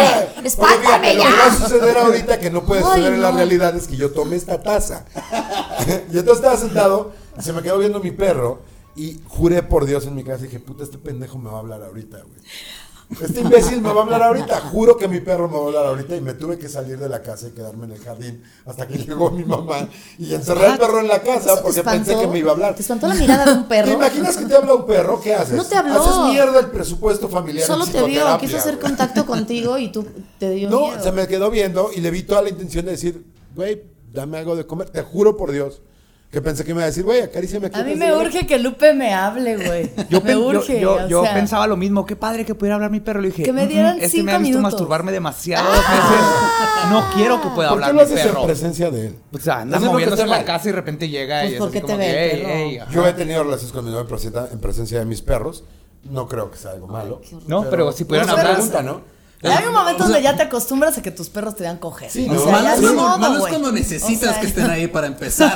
Speaker 4: Oye, fíjate,
Speaker 3: espántame
Speaker 4: Lo que va a
Speaker 3: ya.
Speaker 4: suceder ahorita que no puede
Speaker 3: Ay,
Speaker 4: suceder en la
Speaker 3: no.
Speaker 4: realidad es que yo tomé esta taza. y entonces estaba sentado y se me quedó viendo mi perro y juré por Dios en mi casa dije, puta, este pendejo me va a hablar ahorita, güey. Este imbécil me va a hablar ahorita, juro que mi perro me va a hablar ahorita y me tuve que salir de la casa y quedarme en el jardín hasta que llegó mi mamá y encerré al perro en la casa porque pensé que me iba a hablar.
Speaker 3: ¿Te espantó la mirada de un
Speaker 4: ¿Te
Speaker 3: perro?
Speaker 4: imaginas que te habla un perro? ¿Qué haces?
Speaker 3: No te habló.
Speaker 4: Haces mierda el presupuesto familiar.
Speaker 3: Solo
Speaker 4: en
Speaker 3: te vio,
Speaker 4: psicoterapia,
Speaker 3: quiso hacer
Speaker 4: güey.
Speaker 3: contacto contigo y tú te dio
Speaker 4: No,
Speaker 3: miedo.
Speaker 4: se me quedó viendo y le vi toda la intención de decir, güey, dame algo de comer. Te juro por Dios que pensé que me iba a decir, güey, acaríciame aquí.
Speaker 6: A mí me urge que Lupe me hable, güey.
Speaker 7: Yo,
Speaker 6: me
Speaker 7: pen- yo-
Speaker 6: urge.
Speaker 7: yo-
Speaker 6: o
Speaker 7: yo
Speaker 6: sea,
Speaker 7: pensaba lo mismo. Qué padre que pudiera hablar mi perro. Le dije,
Speaker 6: Que me
Speaker 7: "Ujú,
Speaker 6: dieran
Speaker 7: este
Speaker 6: cinco
Speaker 7: me ha visto
Speaker 6: minutos". Ah.
Speaker 7: masturbarme demasiado dos veces. No quiero que pueda
Speaker 4: ¿Por qué
Speaker 7: hablar
Speaker 4: lo
Speaker 7: mi
Speaker 4: haces en
Speaker 7: perro.
Speaker 4: presencia de él?
Speaker 7: Pues, O sea,
Speaker 4: Eso
Speaker 7: anda
Speaker 4: es lo que
Speaker 7: moviéndose
Speaker 4: está
Speaker 7: en la
Speaker 4: mal.
Speaker 7: casa y de repente llega
Speaker 3: Pues,
Speaker 7: y es
Speaker 3: ¿por
Speaker 7: así
Speaker 3: qué
Speaker 7: como
Speaker 3: te
Speaker 7: que,
Speaker 3: ve el
Speaker 7: "Ey,
Speaker 3: perro?"
Speaker 7: ey, ajá.
Speaker 4: Yo he tenido relaciones con mi novia en presencia- en presencia de mis perros. No creo que sea algo malo.
Speaker 7: No, pero si pudieran
Speaker 4: Pero se
Speaker 7: hablar-
Speaker 4: pregunta, ¿no?
Speaker 6: Hay un momento donde ya te acostumbras a que tus perros te dan coger.
Speaker 4: Sí,
Speaker 6: o
Speaker 4: ¿no?
Speaker 6: sea,
Speaker 5: Malo
Speaker 6: ya
Speaker 5: es
Speaker 6: ni
Speaker 5: cuando-
Speaker 6: modo,
Speaker 5: malo es
Speaker 6: güey.
Speaker 5: cuando necesitas
Speaker 6: O sea,
Speaker 5: que estén ahí para empezar.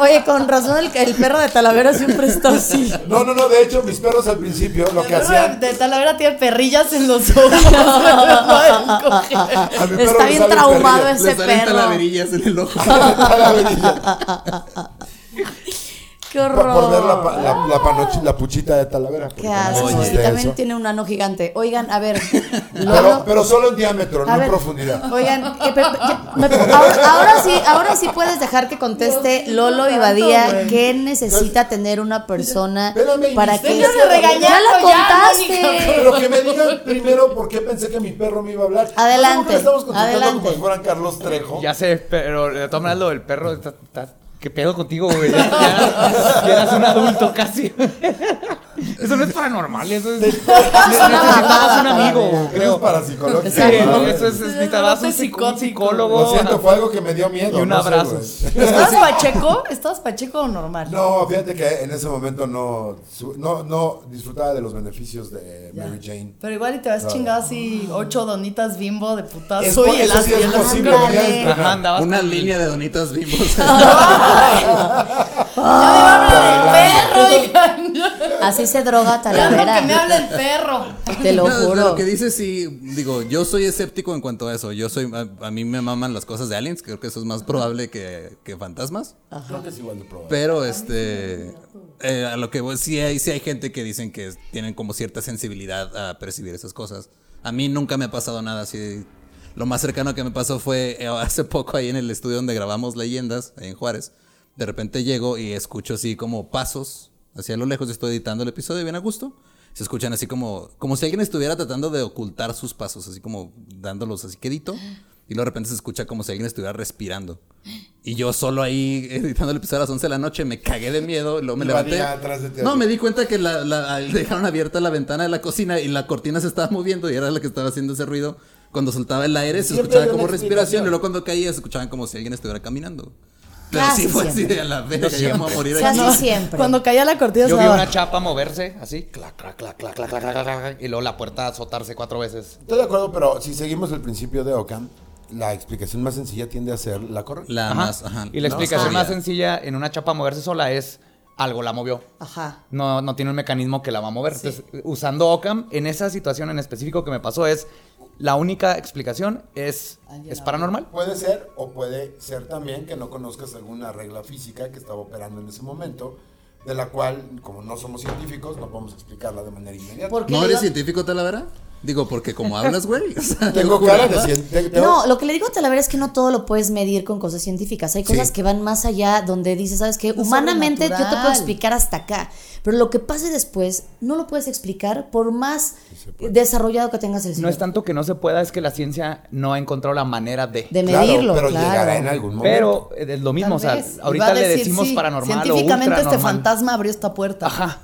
Speaker 3: Oye, con razón el, el perro de Talavera siempre está así.
Speaker 4: No, no, no. De hecho, mis perros al principio lo que
Speaker 6: el perro
Speaker 4: hacían.
Speaker 6: De Talavera tiene perrillas en los ojos. güey, no dejan coger.
Speaker 4: A mi perro
Speaker 3: Está
Speaker 4: le
Speaker 3: bien
Speaker 4: salen
Speaker 3: traumado
Speaker 4: perrillas.
Speaker 3: ese
Speaker 5: Le salen
Speaker 3: perro.
Speaker 5: talaverillas en el ojo.
Speaker 3: Qué
Speaker 4: Por, por ver la, pa-
Speaker 3: horror.
Speaker 4: la, la panochi- la puchita de Talavera. porque
Speaker 3: Qué
Speaker 4: también
Speaker 3: asco.
Speaker 4: existe
Speaker 3: Y también
Speaker 4: eso.
Speaker 3: tiene un ano gigante. Oigan, a ver.
Speaker 4: Pero,
Speaker 3: Lolo-
Speaker 4: pero solo en diámetro, no
Speaker 3: A
Speaker 4: en
Speaker 3: ver,
Speaker 4: profundidad.
Speaker 3: Oigan, eh, pe- pe- ya, me- ahora, ahora sí, ahora sí puedes dejar que conteste Lolo y Badía qué necesita tener una persona
Speaker 4: Espérame,
Speaker 3: para
Speaker 4: Inés.
Speaker 3: que
Speaker 6: Déjame regañarlo,
Speaker 3: ya la
Speaker 6: ya,
Speaker 3: contaste.
Speaker 4: Pero que me digan primero por qué pensé que mi perro me iba a hablar.
Speaker 3: Adelante,
Speaker 4: Nosotros Estamos contestando
Speaker 3: adelante.
Speaker 4: como si fueran Carlos Trejo.
Speaker 7: Ya sé, pero de todas maneras lo del perro está... está- ¿Qué pedo contigo, güey? Ya, ya- ya eras un adulto casi. Eso no es paranormal, eso es... Necesitabas un amigo,
Speaker 4: Eso es
Speaker 7: creo.
Speaker 4: parapsicológico.
Speaker 7: Sí, eso es, necesitabas un, psico- un psicólogo.
Speaker 4: Lo siento, fue algo que me dio miedo.
Speaker 7: Y un
Speaker 4: no sé,
Speaker 7: abrazo.
Speaker 4: güey.
Speaker 6: ¿Estabas pacheco? ¿Estabas pacheco o normal?
Speaker 4: No, fíjate que en ese momento no, su- no, no disfrutaba de los beneficios de Mary Jane.
Speaker 6: Pero igual y te vas
Speaker 4: Claro.
Speaker 6: chingado así ocho donitas bimbo de
Speaker 3: Ah,
Speaker 4: Es
Speaker 6: putazo
Speaker 4: po-
Speaker 6: y el
Speaker 4: eso sí
Speaker 6: ácido
Speaker 4: es
Speaker 6: en la
Speaker 4: posible.
Speaker 6: sangre.
Speaker 4: debería
Speaker 3: Ándale.
Speaker 4: entrenar.
Speaker 7: Ajá, andabas
Speaker 5: Una
Speaker 7: con-
Speaker 5: línea de donitas vimos.
Speaker 6: Perro, digan.
Speaker 3: Así se droga
Speaker 6: Ya no que me
Speaker 3: Talavera.
Speaker 6: hable el perro.
Speaker 3: Te lo
Speaker 5: No, de
Speaker 3: juro.
Speaker 5: Lo que dices, sí, digo, yo soy escéptico en cuanto a eso. Yo soy, a, a mí me maman las cosas de aliens, creo que eso es más probable que, que fantasmas.
Speaker 4: Creo que es igual de probable.
Speaker 5: Pero este, eh, a lo que voy, sí hay, sí hay gente que dicen que es- tienen como cierta sensibilidad a percibir esas cosas. A mí nunca me ha pasado nada así. Lo más cercano que me pasó fue eh, hace poco ahí en el estudio donde grabamos Leyendas, en Juárez. De repente llego y escucho así como pasos hacia lo lejos. Estoy editando el episodio bien a gusto. Se escuchan así como, como si alguien estuviera tratando de ocultar sus pasos, así como dándolos así quedito. Y luego de repente se escucha como si alguien estuviera respirando. Y yo solo ahí editando el episodio a las 11 de la noche, me cagué de miedo, luego me
Speaker 4: Y
Speaker 5: levanté.
Speaker 4: Badía atrás de ti,
Speaker 5: No,
Speaker 4: así.
Speaker 5: me di cuenta que la, la- dejaron abierta la ventana de la cocina y la cortina se estaba moviendo y era la que estaba haciendo ese ruido. Cuando soltaba el aire se
Speaker 4: Siempre
Speaker 5: escuchaba
Speaker 4: hay una
Speaker 5: como respiración
Speaker 4: explicación.
Speaker 5: y luego cuando caía se escuchaban como si alguien estuviera caminando. Pero
Speaker 3: Casi
Speaker 5: sí fue así
Speaker 3: siempre.
Speaker 5: de a la verga, ya vamos a morir
Speaker 3: Casi
Speaker 5: aquí.
Speaker 3: siempre.
Speaker 6: Cuando caía la cortina
Speaker 7: Yo vi
Speaker 6: sonaba.
Speaker 7: una chapa moverse, así, clac, clac, clac, clac, clac, clac, clac, clac, y luego la puerta azotarse cuatro veces.
Speaker 4: Estoy de acuerdo, pero si seguimos el principio de Ockham, la explicación más sencilla tiende a ser la correcta.
Speaker 5: La más, ajá,
Speaker 7: Y la
Speaker 5: no
Speaker 7: explicación
Speaker 5: sabía.
Speaker 7: más sencilla en una chapa moverse sola es algo la movió.
Speaker 3: Ajá.
Speaker 7: No, no tiene un mecanismo que la va a mover. Entonces, usando Ockham, en esa situación en específico que me pasó es, la única explicación es, es paranormal.
Speaker 4: Puede ser o puede ser también que no conozcas alguna regla física que estaba operando en ese momento, de la cual, como no somos científicos, no podemos explicarla de manera inmediata.
Speaker 6: Porque
Speaker 5: ¿No
Speaker 6: yo-
Speaker 5: eres científico, Talavera? Digo, porque como hablas, güey. o sea,
Speaker 4: Tengo
Speaker 5: yo
Speaker 4: cara de
Speaker 5: juraba-
Speaker 4: científico.
Speaker 3: No, lo que le digo a Talavera es que no todo lo puedes medir con cosas científicas. Hay cosas
Speaker 4: Sí.
Speaker 3: que van más allá donde dices, ¿sabes qué?
Speaker 6: Lo
Speaker 3: Humanamente yo te puedo
Speaker 6: sobrenatural.
Speaker 3: explicar hasta acá. Pero lo que pase después no lo puedes explicar por más desarrollado que tengas el
Speaker 7: No
Speaker 3: cerebro.
Speaker 7: es tanto que no se pueda, es que la ciencia no ha encontrado la manera de.
Speaker 3: de
Speaker 4: Claro,
Speaker 3: medirlo,
Speaker 4: pero
Speaker 3: claro.
Speaker 4: llegará en algún momento.
Speaker 7: Pero eh, es lo mismo, o
Speaker 6: Tal
Speaker 7: sea,
Speaker 6: vez. Y va
Speaker 7: ahorita
Speaker 6: a
Speaker 7: le
Speaker 6: decir,
Speaker 7: decimos
Speaker 6: sí,
Speaker 7: paranormal
Speaker 6: Científicamente
Speaker 7: o
Speaker 6: este
Speaker 7: ultranormal.
Speaker 6: fantasma abrió esta puerta.
Speaker 7: Ajá.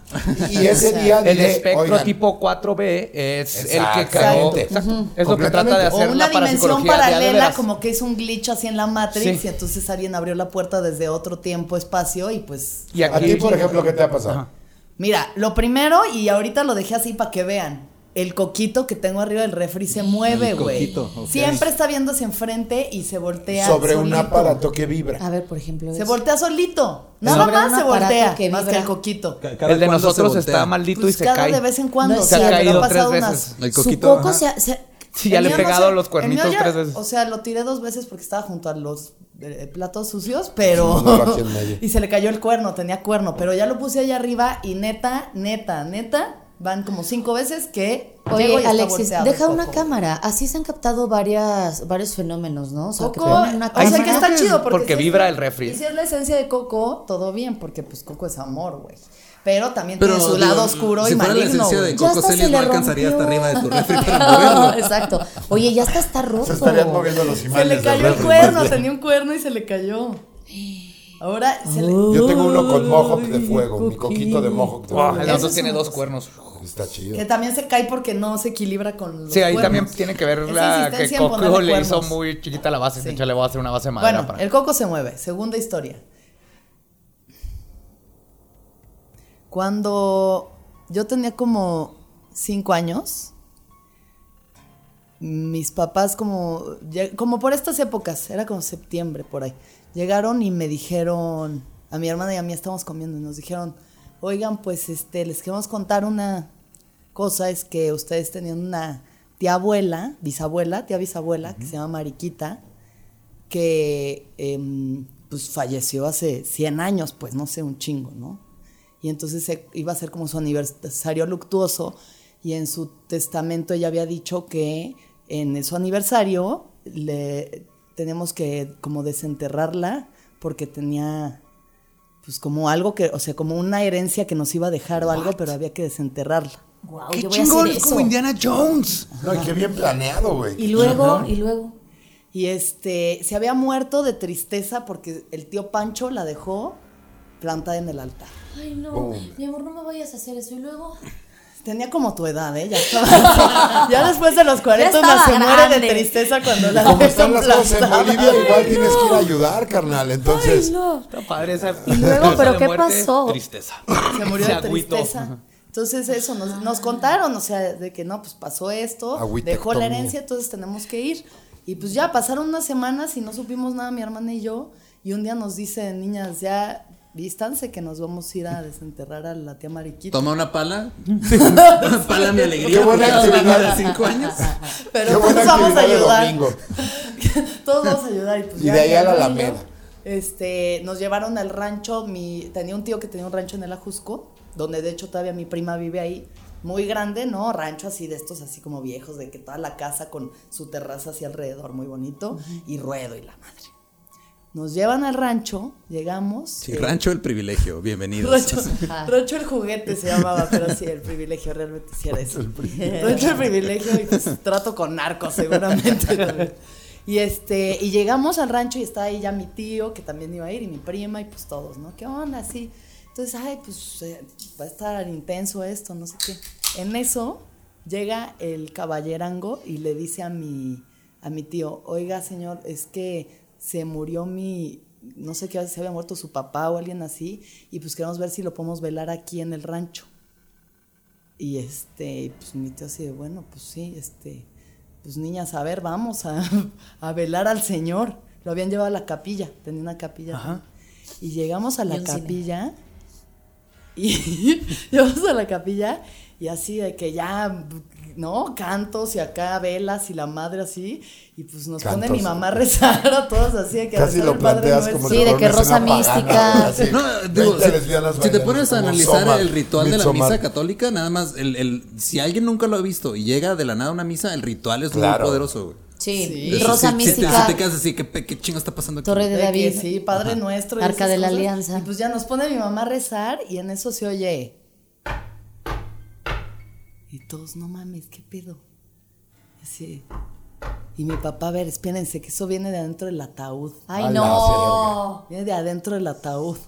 Speaker 4: y ese día
Speaker 7: El
Speaker 4: diré,
Speaker 7: espectro
Speaker 4: "Oigan,
Speaker 7: tipo 4B es el que creó.
Speaker 4: Exactamente.
Speaker 7: Exacto.
Speaker 4: Ujú.
Speaker 7: Es lo que trata de
Speaker 4: Completamente.
Speaker 7: hacer
Speaker 6: O una
Speaker 7: la
Speaker 6: dimensión
Speaker 7: parapsicología de
Speaker 6: paralela,
Speaker 7: Adeveras.
Speaker 6: como que es un glitch así en la Matrix,
Speaker 7: Sí.
Speaker 6: y entonces alguien abrió la puerta desde otro tiempo, espacio, y pues
Speaker 7: Y
Speaker 4: a
Speaker 7: aquí,
Speaker 4: ti, por ejemplo, ¿qué te ha pasado?
Speaker 7: Ajá.
Speaker 6: Mira, lo primero, y ahorita lo dejé así para que vean. el coquito que tengo arriba del refri se mueve, güey.
Speaker 5: coquito, ok.
Speaker 6: Siempre está viendo hacia enfrente y se voltea.
Speaker 4: Sobre un
Speaker 6: solito.
Speaker 4: aparato que vibra.
Speaker 3: A ver, por ejemplo.
Speaker 6: Se
Speaker 3: eso.
Speaker 6: voltea solito. Nada
Speaker 3: Sobre un
Speaker 6: más se
Speaker 3: aparato
Speaker 6: voltea.
Speaker 3: que
Speaker 6: más que
Speaker 3: vibra.
Speaker 6: el coquito.
Speaker 7: El de nosotros está maldito
Speaker 6: Pues
Speaker 7: y se
Speaker 6: cada
Speaker 7: cae.
Speaker 6: de vez en cuando.
Speaker 3: No es
Speaker 7: se ha
Speaker 3: cierto.
Speaker 7: caído
Speaker 6: me han
Speaker 7: tres
Speaker 6: pasado
Speaker 7: veces.
Speaker 6: unas-
Speaker 5: El
Speaker 3: Su
Speaker 5: coquito.
Speaker 3: coco
Speaker 5: ajá.
Speaker 3: se, se-
Speaker 7: Sí, ya
Speaker 6: El
Speaker 7: le he
Speaker 6: mío no
Speaker 7: pegado
Speaker 6: sé,
Speaker 7: los
Speaker 6: el mío
Speaker 7: cuernitos
Speaker 6: ya-
Speaker 7: tres veces.
Speaker 6: O sea, lo tiré dos veces porque estaba junto a los eh, platos sucios, pero.
Speaker 4: Sí, no, aquí en medio.
Speaker 6: y se le cayó el cuerno, tenía cuerno. Pero ya lo puse allá arriba y neta, neta, neta, van como cinco veces que. llego y
Speaker 3: Oye,
Speaker 6: está
Speaker 3: Alexis,
Speaker 6: volteado
Speaker 3: deja
Speaker 6: el
Speaker 3: una
Speaker 6: coco.
Speaker 3: cámara. Así se han captado varias, varios fenómenos, ¿no? O sea,
Speaker 6: Coco,
Speaker 3: que ponen una
Speaker 6: o sea,
Speaker 3: cámara.
Speaker 6: que está
Speaker 7: Porque
Speaker 6: chido porque, si es
Speaker 7: vibra
Speaker 6: la-
Speaker 7: el refri.
Speaker 6: Y si es la esencia de Coco, todo bien, porque pues Coco es amor, güey. Pero también
Speaker 5: Pero
Speaker 6: tiene su
Speaker 5: digo,
Speaker 6: lado oscuro
Speaker 5: si
Speaker 6: y
Speaker 5: fuera la
Speaker 6: maligno,
Speaker 5: esencia de
Speaker 6: güey.
Speaker 5: Coco
Speaker 3: hasta
Speaker 5: Celis,
Speaker 3: se le
Speaker 5: no alcanzaría hasta
Speaker 3: rompió.
Speaker 5: arriba de tu refri para moverlo.
Speaker 3: Exacto. Oye, ya está, está roto.
Speaker 4: Se estarían moviendo los
Speaker 6: Se
Speaker 4: imanes.
Speaker 6: le
Speaker 4: del
Speaker 6: cayó el
Speaker 4: refri,
Speaker 6: cuerno,
Speaker 4: más bien.
Speaker 6: tenía un cuerno y se le cayó. Ahora se le,
Speaker 4: Yo tengo uno con mojo de fuego, mi coquito de mojo. de
Speaker 7: El
Speaker 4: fuego.
Speaker 7: otro tiene dos cuernos.
Speaker 4: Está chido.
Speaker 6: Que también se cae porque no se equilibra con los
Speaker 7: Sí, ahí
Speaker 6: cuernos.
Speaker 7: también tiene que ver
Speaker 6: Esa
Speaker 7: la que
Speaker 6: insistencia en
Speaker 7: Coco
Speaker 6: ponerle
Speaker 7: le hizo
Speaker 6: cuernos.
Speaker 7: muy chiquita la base.
Speaker 6: Sí.
Speaker 7: De hecho, le voy a hacer una base de madera
Speaker 6: Bueno,
Speaker 7: para-
Speaker 6: el coco se mueve. Segunda historia. Cuando yo tenía como cinco años, mis papás como, lle- como por estas épocas, era como septiembre por ahí, llegaron y me dijeron, a mi hermana y a mí estamos comiendo, y nos dijeron, oigan, pues este, les queremos contar una cosa, es que ustedes tenían una tía abuela, bisabuela, tía bisabuela, que se llama Mariquita, que em, pues falleció hace 100 años, pues no sé, un chingo, ¿no? Y entonces se- iba a ser como su aniversario luctuoso y en su testamento ella había dicho que en su aniversario le tenemos que como desenterrarla porque tenía pues como algo que, o sea, como una herencia que nos iba a dejar o algo, pero había que desenterrarla.
Speaker 3: Guau, yo voy a hacer eso.
Speaker 7: Jones!
Speaker 4: No, y qué bien planeado, güey.
Speaker 3: Y luego, y luego.
Speaker 6: Y este, se había muerto de tristeza porque el tío Pancho la dejó plantada en el altar.
Speaker 3: Ay, no.
Speaker 5: Oh.
Speaker 3: Mi amor, no me vayas a hacer eso. Y luego.
Speaker 6: Tenía como tu edad, ¿eh? Ya, estaba- ya después de los 40
Speaker 3: Ya estaba
Speaker 6: uno se muere de
Speaker 3: grande.
Speaker 6: tristeza cuando la
Speaker 4: Como
Speaker 6: dejan
Speaker 4: están las cosas en
Speaker 6: aplastada.
Speaker 4: Bolivia, igual tienes que ir a ayudar, carnal. Entonces,
Speaker 3: no.
Speaker 7: Está padre esa.
Speaker 3: Y luego,
Speaker 7: esa
Speaker 3: ¿pero
Speaker 7: de
Speaker 3: qué
Speaker 7: muerte,
Speaker 3: pasó?
Speaker 7: Tristeza.
Speaker 6: Se murió
Speaker 7: Se
Speaker 6: de
Speaker 7: agüitó.
Speaker 6: tristeza. Entonces eso, nos, nos contaron, o sea, de que no, pues pasó esto,
Speaker 4: Agüitectomía.
Speaker 6: dejó la herencia, entonces tenemos que ir. Y pues ya pasaron unas semanas y no supimos nada mi hermana y yo. Y un día nos dicen, niñas, ya vístanse que nos vamos a ir a desenterrar a la tía Mariquita.
Speaker 5: Toma una pala. una pala de alegría.
Speaker 4: Qué buena
Speaker 5: porque es una
Speaker 4: actividad.
Speaker 5: niña de 5 años.
Speaker 4: qué
Speaker 6: Pero
Speaker 4: buena
Speaker 6: todos vamos a
Speaker 4: actividad de
Speaker 6: ayudar.
Speaker 4: domingo.
Speaker 6: todos vamos a ayudar. Y, pues
Speaker 4: Y de ahí a la
Speaker 6: ya,
Speaker 4: Alameda.
Speaker 6: Este, nos llevaron al rancho, mi, tenía un tío que tenía un rancho en el Ajusco, donde de hecho todavía mi prima vive ahí, muy grande, ¿no? Rancho así de estos, así como viejos, de que toda la casa con su terraza así alrededor, muy bonito, y ruedo y la madre. Nos llevan al rancho, llegamos.
Speaker 5: Sí,
Speaker 6: eh,
Speaker 5: rancho el privilegio. Bienvenidos.
Speaker 6: Rocho, Rocho el juguete se llamaba, pero sí, el privilegio realmente sí era eso. Rocho el privilegio y pues, trato con narcos seguramente también. Y este, y llegamos al rancho y estaba ahí ya mi tío, que también iba a ir, y mi prima, y pues todos, ¿no? ¿Qué onda? Así. Entonces, ay, pues eh, va a estar intenso esto, no sé qué. En eso llega el caballerango y le dice a mi, a mi tío, oiga, señor, es que se murió mi, no sé qué, se había muerto su papá o alguien así, y pues queremos ver si lo podemos velar aquí en el rancho. Y este, pues mi tío así de, bueno, pues sí, este, pues niñas, a ver, vamos a, a velar al Señor. Lo habían llevado a la capilla, tenía una capilla. Y llegamos a
Speaker 3: Y
Speaker 6: la
Speaker 3: un cine.
Speaker 6: capilla, y llegamos a la capilla, y así de que ya, ¿no? Cantos y acá velas y la madre así, y pues nos pone mi
Speaker 4: Cantos.
Speaker 6: mamá a rezar a todos así de que
Speaker 4: casi
Speaker 6: rezar
Speaker 4: lo
Speaker 6: el Padre
Speaker 4: planteas
Speaker 6: Nuestro.
Speaker 4: como
Speaker 3: Sí,
Speaker 4: si
Speaker 3: de
Speaker 4: fuera
Speaker 3: que
Speaker 4: una
Speaker 3: rosa
Speaker 4: escena pagana, así.
Speaker 5: No, digo,
Speaker 4: Veinte
Speaker 5: si,
Speaker 4: lesbianas
Speaker 5: si te
Speaker 4: bailando
Speaker 5: pones a
Speaker 4: como
Speaker 5: analizar
Speaker 4: Somar,
Speaker 5: el ritual de la
Speaker 4: Midsommar.
Speaker 5: misa católica, nada más, el, el- si alguien nunca lo ha visto y llega de la nada a una misa, el ritual es
Speaker 4: Claro.
Speaker 5: muy poderoso, güey.
Speaker 3: Sí.
Speaker 6: Sí.
Speaker 3: Y Rosa
Speaker 5: si, Si te,
Speaker 3: Mística.
Speaker 5: si te quedas así, ¿qué, pe- qué chingo está pasando aquí?
Speaker 3: Torre de
Speaker 6: De que
Speaker 3: David.
Speaker 6: sí, Padre Nuestro. y
Speaker 3: Arca
Speaker 6: esas
Speaker 3: de la Alianza.
Speaker 6: Y pues ya nos pone mi mamá a rezar y en eso se oye. Y todos, no mames, ¿qué pedo? Y Así. Y mi papá, a ver, espérense, que eso viene de adentro del ataúd.
Speaker 3: Ay,
Speaker 4: A la
Speaker 3: no.
Speaker 6: Viene de adentro del ataúd.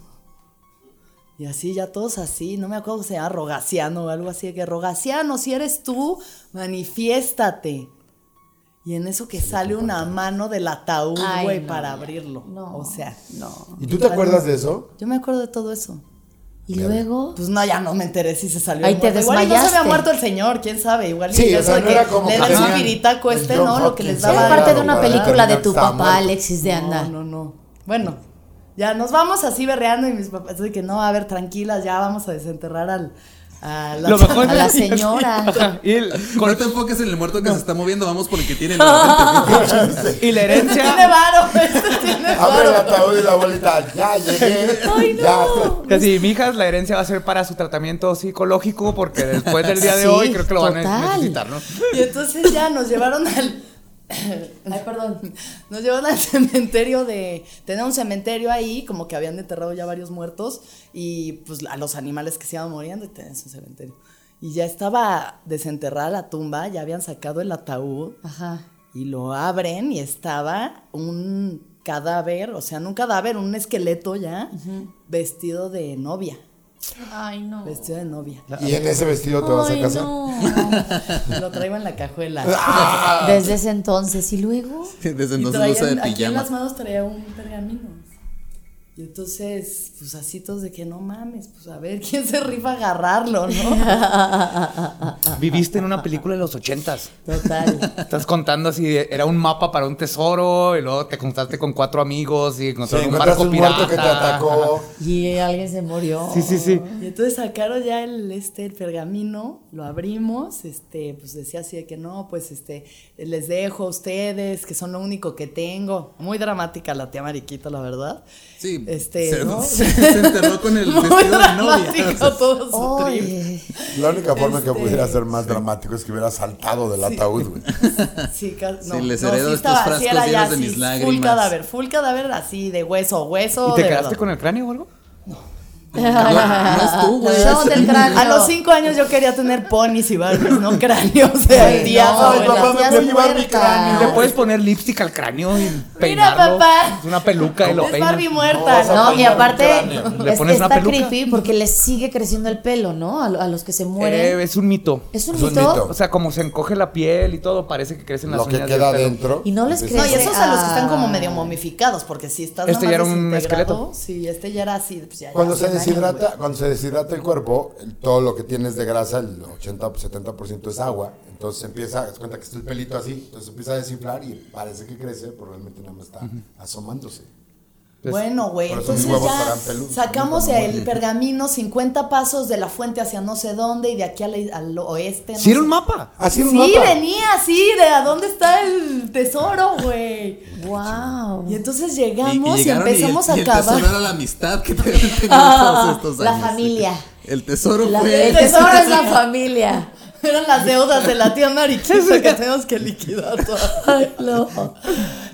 Speaker 6: Y así, ya todos así, no me acuerdo si era Rogaciano o algo así, de que Rogaciano, si eres tú, manifiéstate. Y en eso que sale una mano del ataúd,
Speaker 3: Ay,
Speaker 6: güey,
Speaker 3: no,
Speaker 6: para
Speaker 3: ya.
Speaker 6: abrirlo.
Speaker 3: No.
Speaker 6: O sea,
Speaker 3: No.
Speaker 4: ¿Y tú te acuerdas de eso?
Speaker 6: yo me acuerdo de todo eso.
Speaker 3: Y luego.
Speaker 6: Pues no, ya no me enteré si se salió.
Speaker 3: Ahí te
Speaker 6: muerto. Igual y no se
Speaker 3: desmayaste.
Speaker 6: había muerto el señor, quién sabe. Igual y
Speaker 4: Sí, o
Speaker 6: eso
Speaker 4: sea,
Speaker 6: de
Speaker 4: no
Speaker 6: que
Speaker 4: era como
Speaker 6: le
Speaker 4: que
Speaker 6: den su
Speaker 4: tenían
Speaker 6: piritaco
Speaker 4: el
Speaker 6: este,
Speaker 4: John
Speaker 6: ¿no? Lo que
Speaker 4: Hopkins,
Speaker 6: les
Speaker 4: sí,
Speaker 6: daba.
Speaker 3: Era parte de una
Speaker 4: Claro,
Speaker 3: película de tu
Speaker 4: estaba
Speaker 3: papá,
Speaker 4: muerto.
Speaker 3: Alexis de Anda.
Speaker 6: No, no, no. Bueno, ya nos vamos así berreando y mis papás de que no, a ver, tranquilas, ya vamos a desenterrar al. A la,
Speaker 7: Lo mejor-
Speaker 3: A la señora.
Speaker 7: Ajá, Y, el-
Speaker 5: Con no te enfoques en el muerto que se está moviendo, vamos por el que tiene la
Speaker 7: y la
Speaker 6: Este tiene
Speaker 7: herencia.
Speaker 6: varo, este tiene
Speaker 4: Abre el
Speaker 6: varo.
Speaker 4: ataúd y la abuelita, ya llegué. Ya.
Speaker 7: Así, mi hija, la herencia va a ser para su tratamiento psicológico porque después del día de
Speaker 3: Sí,
Speaker 7: hoy creo que lo van
Speaker 3: total.
Speaker 7: a necesitar, ¿no?
Speaker 6: Y entonces ya nos llevaron al.
Speaker 3: Ay, perdón.
Speaker 6: Nos llevaron al cementerio de. Tenía un cementerio ahí, como que habían enterrado ya varios muertos y pues a los animales que se iban muriendo y tenías un cementerio. Y ya estaba desenterrada la tumba, ya habían sacado el ataúd
Speaker 3: Ajá.
Speaker 6: y lo abren y estaba un cadáver, o sea, no un cadáver, un esqueleto ya, vestido de novia.
Speaker 3: Ay, no.
Speaker 6: Vestido de novia.
Speaker 4: Y en ese vestido te vas a
Speaker 3: Ay,
Speaker 4: casar.
Speaker 3: no.
Speaker 6: Lo traigo en la cajuela.
Speaker 4: Ah,
Speaker 3: Desde ese entonces. Y luego.
Speaker 5: gente. Desde
Speaker 6: Y
Speaker 5: Ah, entonces
Speaker 6: traían-
Speaker 5: usa de
Speaker 6: Aquí en
Speaker 5: pijama.
Speaker 6: las manos traía un pergamino. Y entonces, pues así todos de que no mames, pues a ver quién se rifa a agarrarlo, ¿no? Ah.
Speaker 7: Viviste en una película de los ochentas.
Speaker 3: Total.
Speaker 7: Estás contando así, era un mapa para un tesoro y luego te juntaste con cuatro amigos y
Speaker 4: Sí,
Speaker 7: encontraron un
Speaker 4: encontraste
Speaker 7: barco
Speaker 4: un
Speaker 7: pirata.
Speaker 4: muerto que te atacó.
Speaker 3: Y alguien se murió.
Speaker 7: Sí, sí, sí.
Speaker 6: Y entonces sacaron ya el, este, el pergamino, lo abrimos, este, pues decía así de que no, pues este, les dejo a ustedes, que son lo único que tengo. Muy dramática la tía Mariquita, la verdad.
Speaker 5: Sí,
Speaker 6: Este,
Speaker 5: se,
Speaker 6: ¿no?
Speaker 5: se- se enterró con el
Speaker 6: Muy
Speaker 5: vestido de novia.
Speaker 6: dramático todo su trip.
Speaker 3: Oye.
Speaker 4: La única forma que
Speaker 6: Este-
Speaker 4: pudiera ser más dramático es que hubiera saltado del ataúd, güey.
Speaker 6: Sí, ca-
Speaker 5: Sí,
Speaker 6: no,
Speaker 5: les
Speaker 6: no,
Speaker 5: heredo
Speaker 6: sí
Speaker 5: estos
Speaker 6: estaba,
Speaker 5: frascos
Speaker 6: sí era ya
Speaker 5: llenos de
Speaker 6: así,
Speaker 5: mis
Speaker 6: Full
Speaker 5: lágrimas.
Speaker 6: cadáver, full cadáver así de hueso, hueso.
Speaker 7: ¿Y te
Speaker 6: de
Speaker 7: quedaste
Speaker 6: verdad.
Speaker 7: con el cráneo o algo?
Speaker 5: No, no es tú, güey.
Speaker 3: Los ojos del cráneo.
Speaker 6: A los cinco años yo quería tener ponis y barbies, no cráneos de
Speaker 3: Ay,
Speaker 6: tía
Speaker 3: no,
Speaker 6: abuela.
Speaker 3: papá, me
Speaker 6: Tía
Speaker 3: fui a llevar
Speaker 6: muerta.
Speaker 3: mi cráneo.
Speaker 7: Le puedes poner lipstick al cráneo y peinarlo.
Speaker 6: papá.
Speaker 7: Es una peluca y lo
Speaker 6: Es
Speaker 7: peinas.
Speaker 6: Barbie
Speaker 4: No,
Speaker 6: muerta.
Speaker 4: vas a
Speaker 6: ¿no?
Speaker 3: No, y aparte
Speaker 7: Le
Speaker 3: es-
Speaker 7: pones una
Speaker 3: está
Speaker 7: peluca.
Speaker 3: creepy porque les sigue creciendo el pelo, ¿no? A, a los que se mueren.
Speaker 7: Eh, es un mito.
Speaker 3: es un
Speaker 4: es un
Speaker 3: mito.
Speaker 4: mito.
Speaker 7: O sea, como se encoge la piel y todo, parece que crecen las
Speaker 4: Lo que
Speaker 7: uñas y el
Speaker 4: queda pues,
Speaker 7: pelo.
Speaker 4: adentro.
Speaker 3: Y no les
Speaker 4: empieza-
Speaker 6: No, y esos a los que están como
Speaker 3: Ah.
Speaker 6: medio momificados, porque si estás
Speaker 7: Este
Speaker 6: nada
Speaker 7: ya
Speaker 6: más
Speaker 7: era un
Speaker 6: desintegrado,
Speaker 7: esqueleto.
Speaker 6: Sí, este ya era así. pues, ya- ya
Speaker 4: Cuando se
Speaker 6: hace un año,
Speaker 4: deshidrata, cuando se deshidrata el cuerpo, el- todo lo que tienes de grasa, el 80 o 70% es agua. Entonces empieza, das cuenta que está el pelito así, entonces empieza a desinflar y parece que crece, pero realmente nada más está asomándose.
Speaker 7: pues,
Speaker 6: güey. Bueno, güey,
Speaker 4: Por eso mis
Speaker 6: entonces
Speaker 4: huevos
Speaker 6: ya
Speaker 4: estarán peludos,
Speaker 6: sacamos
Speaker 4: nunca me
Speaker 6: el pergamino 50 pasos de la fuente hacia no sé dónde y de aquí al, al oeste. no
Speaker 7: Sí, era
Speaker 6: sé
Speaker 7: un mapa.
Speaker 4: Así un
Speaker 6: Sí,
Speaker 4: mapa.
Speaker 6: venía así, de a dónde está el tesoro, güey.
Speaker 3: Wow.
Speaker 6: Y entonces llegamos y,
Speaker 5: llegaron
Speaker 6: empezamos
Speaker 5: y el-
Speaker 6: a
Speaker 5: y el tesoro
Speaker 6: acabar. Ah,
Speaker 5: era la amistad que te habían tenido todos estos
Speaker 3: La
Speaker 5: años.
Speaker 3: familia.
Speaker 5: El tesoro
Speaker 3: La-
Speaker 5: fue.
Speaker 3: el tesoro es la familia.
Speaker 6: Eran las deudas de la tía Mariquita que tenemos que liquidar todas.
Speaker 3: Ay, no.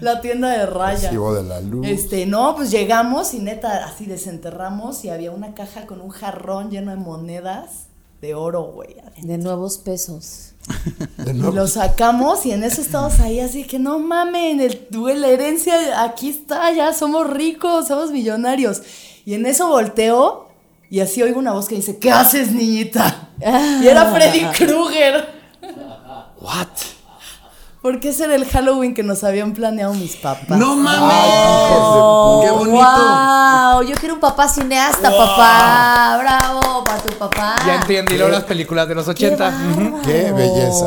Speaker 6: La tienda de raya.
Speaker 4: Recibo de la luz.
Speaker 6: Este, no, pues llegamos y neta, así desenterramos y había una caja con un jarrón lleno de monedas de oro, güey. adentro.
Speaker 3: De nuevos pesos.
Speaker 4: De
Speaker 6: Y
Speaker 4: nuevo.
Speaker 6: lo sacamos y en eso estamos ahí, así que no mamen, el, güey, la herencia aquí está, ya somos ricos, somos millonarios. Y en eso volteo y así oigo una voz que dice, ¿qué haces, niñita? Y era Freddy Krueger.
Speaker 7: What?
Speaker 6: Porque ese era el Halloween que nos habían planeado mis papás.
Speaker 5: ¡No mames! ¡Qué bonito!
Speaker 3: Wow. Yo quiero un papá cineasta, papá. Bravo, para tu papá.
Speaker 7: Ya
Speaker 6: Ah.
Speaker 7: entendí luego las películas de los
Speaker 3: Qué
Speaker 7: 80. Ujú.
Speaker 3: bárbaro.
Speaker 4: Qué belleza.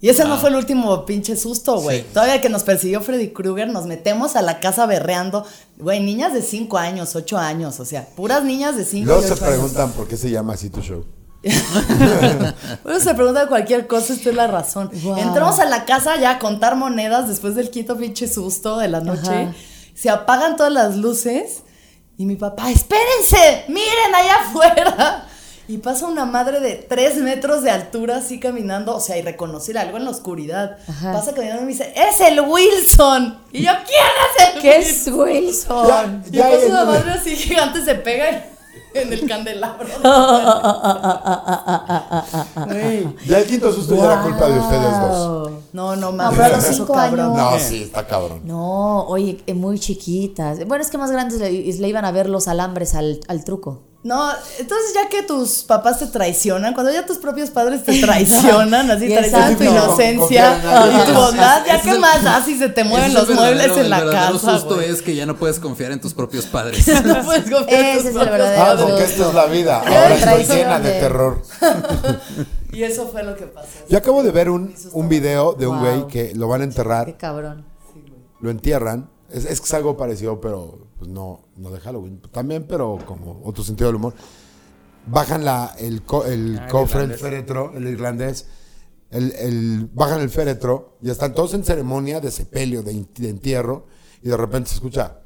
Speaker 6: Y ese no fue el último pinche susto, güey. Todavía que nos persiguió Freddy Krueger, nos metemos a la casa berreando. Güey, niñas de 5 años, 8 años, o sea, puras niñas de 5
Speaker 4: Luego
Speaker 6: años.
Speaker 4: se preguntan por qué se llama así tu show.
Speaker 6: Uno se pregunta cualquier cosa, esta es la razón.
Speaker 3: Guau.
Speaker 6: Entramos a la casa ya a contar monedas después del quinto pinche susto de la noche.
Speaker 3: Ajá.
Speaker 6: Se apagan todas las luces y mi papá, espérense, miren allá afuera. Y pasa una madre de tres metros de altura así caminando, o sea, y reconocer algo en la oscuridad.
Speaker 3: Ajá.
Speaker 6: Pasa caminando y me dice, es el Wilson. Y yo, ¿quién es el
Speaker 3: ¿Qué
Speaker 6: Wilson?
Speaker 3: es Wilson?
Speaker 6: Y
Speaker 4: Ya,
Speaker 6: pasa
Speaker 4: ya,
Speaker 6: una
Speaker 4: ya.
Speaker 6: madre así gigante, se pega en- en el candelabro.
Speaker 3: Ah.
Speaker 6: Güey.
Speaker 4: Ya el quinto susto ya era culpa de ustedes dos.
Speaker 6: No, no
Speaker 3: No,
Speaker 6: mames.
Speaker 3: pero a los
Speaker 6: eso,
Speaker 3: cinco
Speaker 6: cabrón.
Speaker 3: años.
Speaker 4: No, sí, está cabrón.
Speaker 3: No, oye, eh, muy chiquitas. Bueno, es que más grandes le, le iban a ver los alambres al, al truco.
Speaker 6: No, entonces ya que tus papás te traicionan, cuando ya tus propios padres te traicionan, así
Speaker 3: Y
Speaker 6: traicionan tu
Speaker 3: exacto.
Speaker 6: inocencia
Speaker 4: Confiar en
Speaker 6: y tu bondad, ya
Speaker 5: Ese es
Speaker 6: que
Speaker 5: el-
Speaker 6: más así se te mueven
Speaker 5: Ese es
Speaker 6: los
Speaker 5: el
Speaker 6: muebles
Speaker 5: verdadero-
Speaker 6: en la
Speaker 5: el verdadero
Speaker 6: casa.
Speaker 5: susto
Speaker 6: güey.
Speaker 5: es que ya no puedes confiar en tus propios padres.
Speaker 6: No puedes confiar en
Speaker 3: Ese
Speaker 6: tus
Speaker 3: es el
Speaker 6: propios
Speaker 3: verdadero
Speaker 4: Ah,
Speaker 6: padres.
Speaker 4: porque esta es la vida. Ahora estoy
Speaker 3: traición
Speaker 4: llena de
Speaker 3: de-
Speaker 4: terror.
Speaker 6: Y eso fue lo que pasó.
Speaker 4: Yo acabo de ver un, un video de un
Speaker 3: Wow.
Speaker 4: güey que lo van a
Speaker 3: Qué
Speaker 4: enterrar,
Speaker 3: cabrón.
Speaker 4: lo entierran. Es, es algo parecido, pero pues no, no de Halloween. También, pero como otro sentido del humor. Bajan la, el, co- el cofre, el féretro, el irlandés. El, el- bajan el féretro y están todos en ceremonia de sepelio, de, in- de entierro. Y de repente se escucha: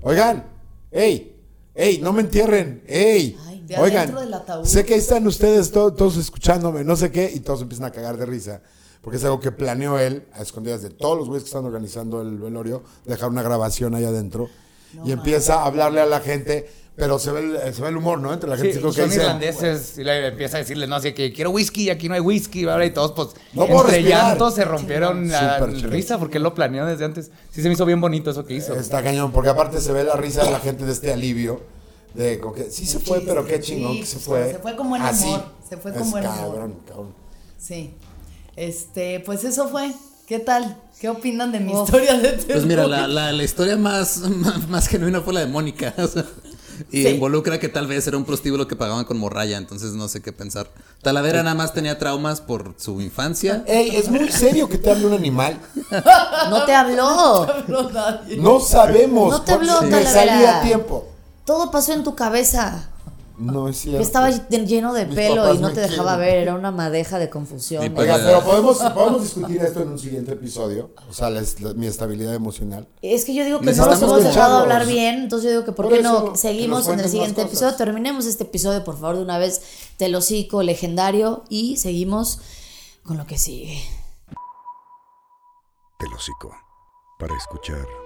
Speaker 4: Oigan, ¡ey! ¡ey! ¡no me entierren! ey,
Speaker 3: Ay,
Speaker 6: de
Speaker 4: Oigan,
Speaker 6: adentro del ataúd.
Speaker 4: sé que ahí están ustedes to- todos escuchándome, no sé qué, y todos empiezan a cagar de risa. Porque es algo que planeó él, a escondidas de todos los güeyes que están organizando el velorio, dejar una grabación ahí adentro. y empieza a hablarle a la gente, pero se ve el, se ve el humor, ¿no? Entre la gente.
Speaker 7: Sí,
Speaker 4: creo que
Speaker 7: son
Speaker 4: dice,
Speaker 7: irlandeses y le empieza a decirles, no, así que quiero whisky, aquí no hay whisky, ¿verdad? y todos pues
Speaker 4: No puedo
Speaker 7: entre
Speaker 4: respirar.
Speaker 7: llantos se rompieron la
Speaker 4: Súper chido.
Speaker 7: risa porque él lo planeó desde antes. Sí se me hizo bien bonito eso que hizo.
Speaker 4: Está cañón, porque aparte se ve la risa de la gente de este alivio. De como que sí se fue, pero qué chingón que se fue.
Speaker 6: Se fue con buen
Speaker 4: Así.
Speaker 6: humor, se fue con
Speaker 4: Es
Speaker 6: buen humor.
Speaker 4: Cabrón, cabrón.
Speaker 6: Sí. Este, pues eso fue. ¿Qué tal? ¿Qué opinan de mi
Speaker 3: Uf.
Speaker 6: historia de terror?
Speaker 5: Pues mira, la, la- la historia más, más, más genuina fue la de Mónica. o sea, y
Speaker 6: Sí.
Speaker 5: involucra que tal vez era un prostíbulo que pagaban con morralla, entonces no sé qué pensar. Talavera nada más tenía traumas por su infancia.
Speaker 4: Ey, es muy serio que te hable un animal.
Speaker 3: No te habló.
Speaker 6: No, nadie.
Speaker 4: No sabemos.
Speaker 3: No te habló,
Speaker 4: porque Me
Speaker 3: Talavera.
Speaker 4: salía a tiempo.
Speaker 3: Todo pasó en tu cabeza.
Speaker 4: No es cierto.
Speaker 3: Que estaba lleno de
Speaker 4: Mis
Speaker 3: pelo
Speaker 4: papás
Speaker 3: y no
Speaker 4: me
Speaker 3: te dejaba
Speaker 4: quieren.
Speaker 3: ver. Era una madeja de confusión.
Speaker 5: Sí,
Speaker 3: ¿no?
Speaker 4: Oiga, pero podemos, podemos discutir esto en un siguiente episodio. O sea, la es- la- mi estabilidad emocional.
Speaker 3: Es que yo digo que no
Speaker 5: Necesitamos
Speaker 3: nos hemos dejado
Speaker 4: escucharlos.
Speaker 3: hablar bien, entonces yo digo que por,
Speaker 4: Por
Speaker 3: qué
Speaker 4: eso,
Speaker 3: no
Speaker 4: que nos
Speaker 3: seguimos en
Speaker 4: cuentes
Speaker 3: el siguiente
Speaker 4: más cosas.
Speaker 3: episodio. Terminemos este episodio, por favor, de una vez, telocico legendario, y seguimos con lo que sigue.
Speaker 1: Telocico. Para escuchar.